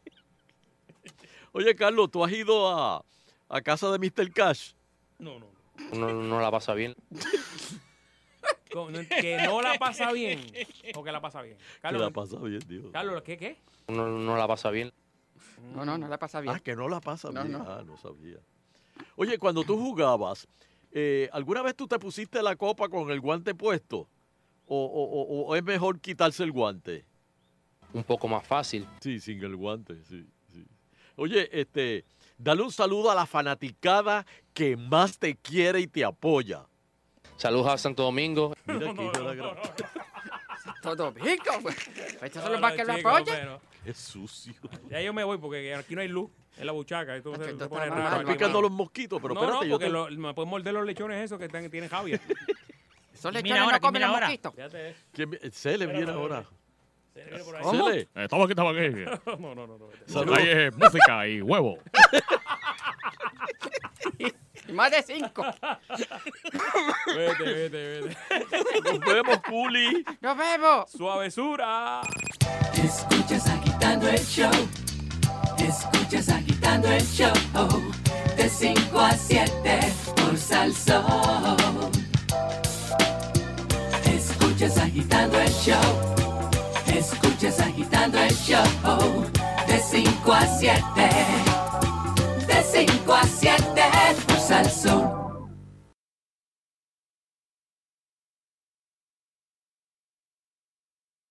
Oye, Carlos, ¿tú has ido a, a casa de Mr. Cash?
No, no.
Uno no la pasa bien.
Con- no, Que no la pasa bien. O que la pasa bien. Carlos,
que la pasa bien, Dios.
Carlos ¿qué, qué?
pues.
Uno no la pasa bien.
No, no, no la pasa bien.
Ah, que no la pasa
No,
bien.
no.
Ah, no sabía. Oye, cuando tú jugabas, eh, ¿alguna vez tú te pusiste la copa con el guante puesto? ¿O, o- o- o es mejor quitarse el guante?
Un poco más fácil.
Sí, sin el guante, sí, sí. Oye, este, dale un saludo a la fanaticada que más te quiere y te apoya.
Saludos a Santo Domingo.
Mira que hijo de la
*laughs*
gran-
Todo pico, güey. Estos son
No,
los más
no,
que Pues lo
chico,
apoyan.
pero-
Es sucio.
Ya yo me voy porque aquí no hay luz. Es la buchaca. Esto se, se pone
Te
raro
están
aquí,
picando
mano.
los mosquitos, pero
no,
espérate,
no,
yo
porque
te...
lo- me pueden morder los lechones esos que están- tienen Javier.
Esos
Mira
lechones
ahora,
no
que
comen
mira
los
ahora.
mosquitos.
¿Quién vi- Cele, viene
Espérate, espérate.
ahora.
por ahí.
¿Cómo?
*laughs* Cele.
Estamos aquí,
estamos aquí.
No, no, no. no.
Ahí es música y huevo.
Más de
*laughs*
cinco.
Vete, vete, vete.
Nos vemos, Culi.
Nos vemos.
Suavezura.
Escuchas agitando el show. Escuchas agitando el show. De 5 a 7 por Salsón. Escuchas agitando el show. Escuchas agitando el show. De 5 a 7. De 5 a 7 por Salsón.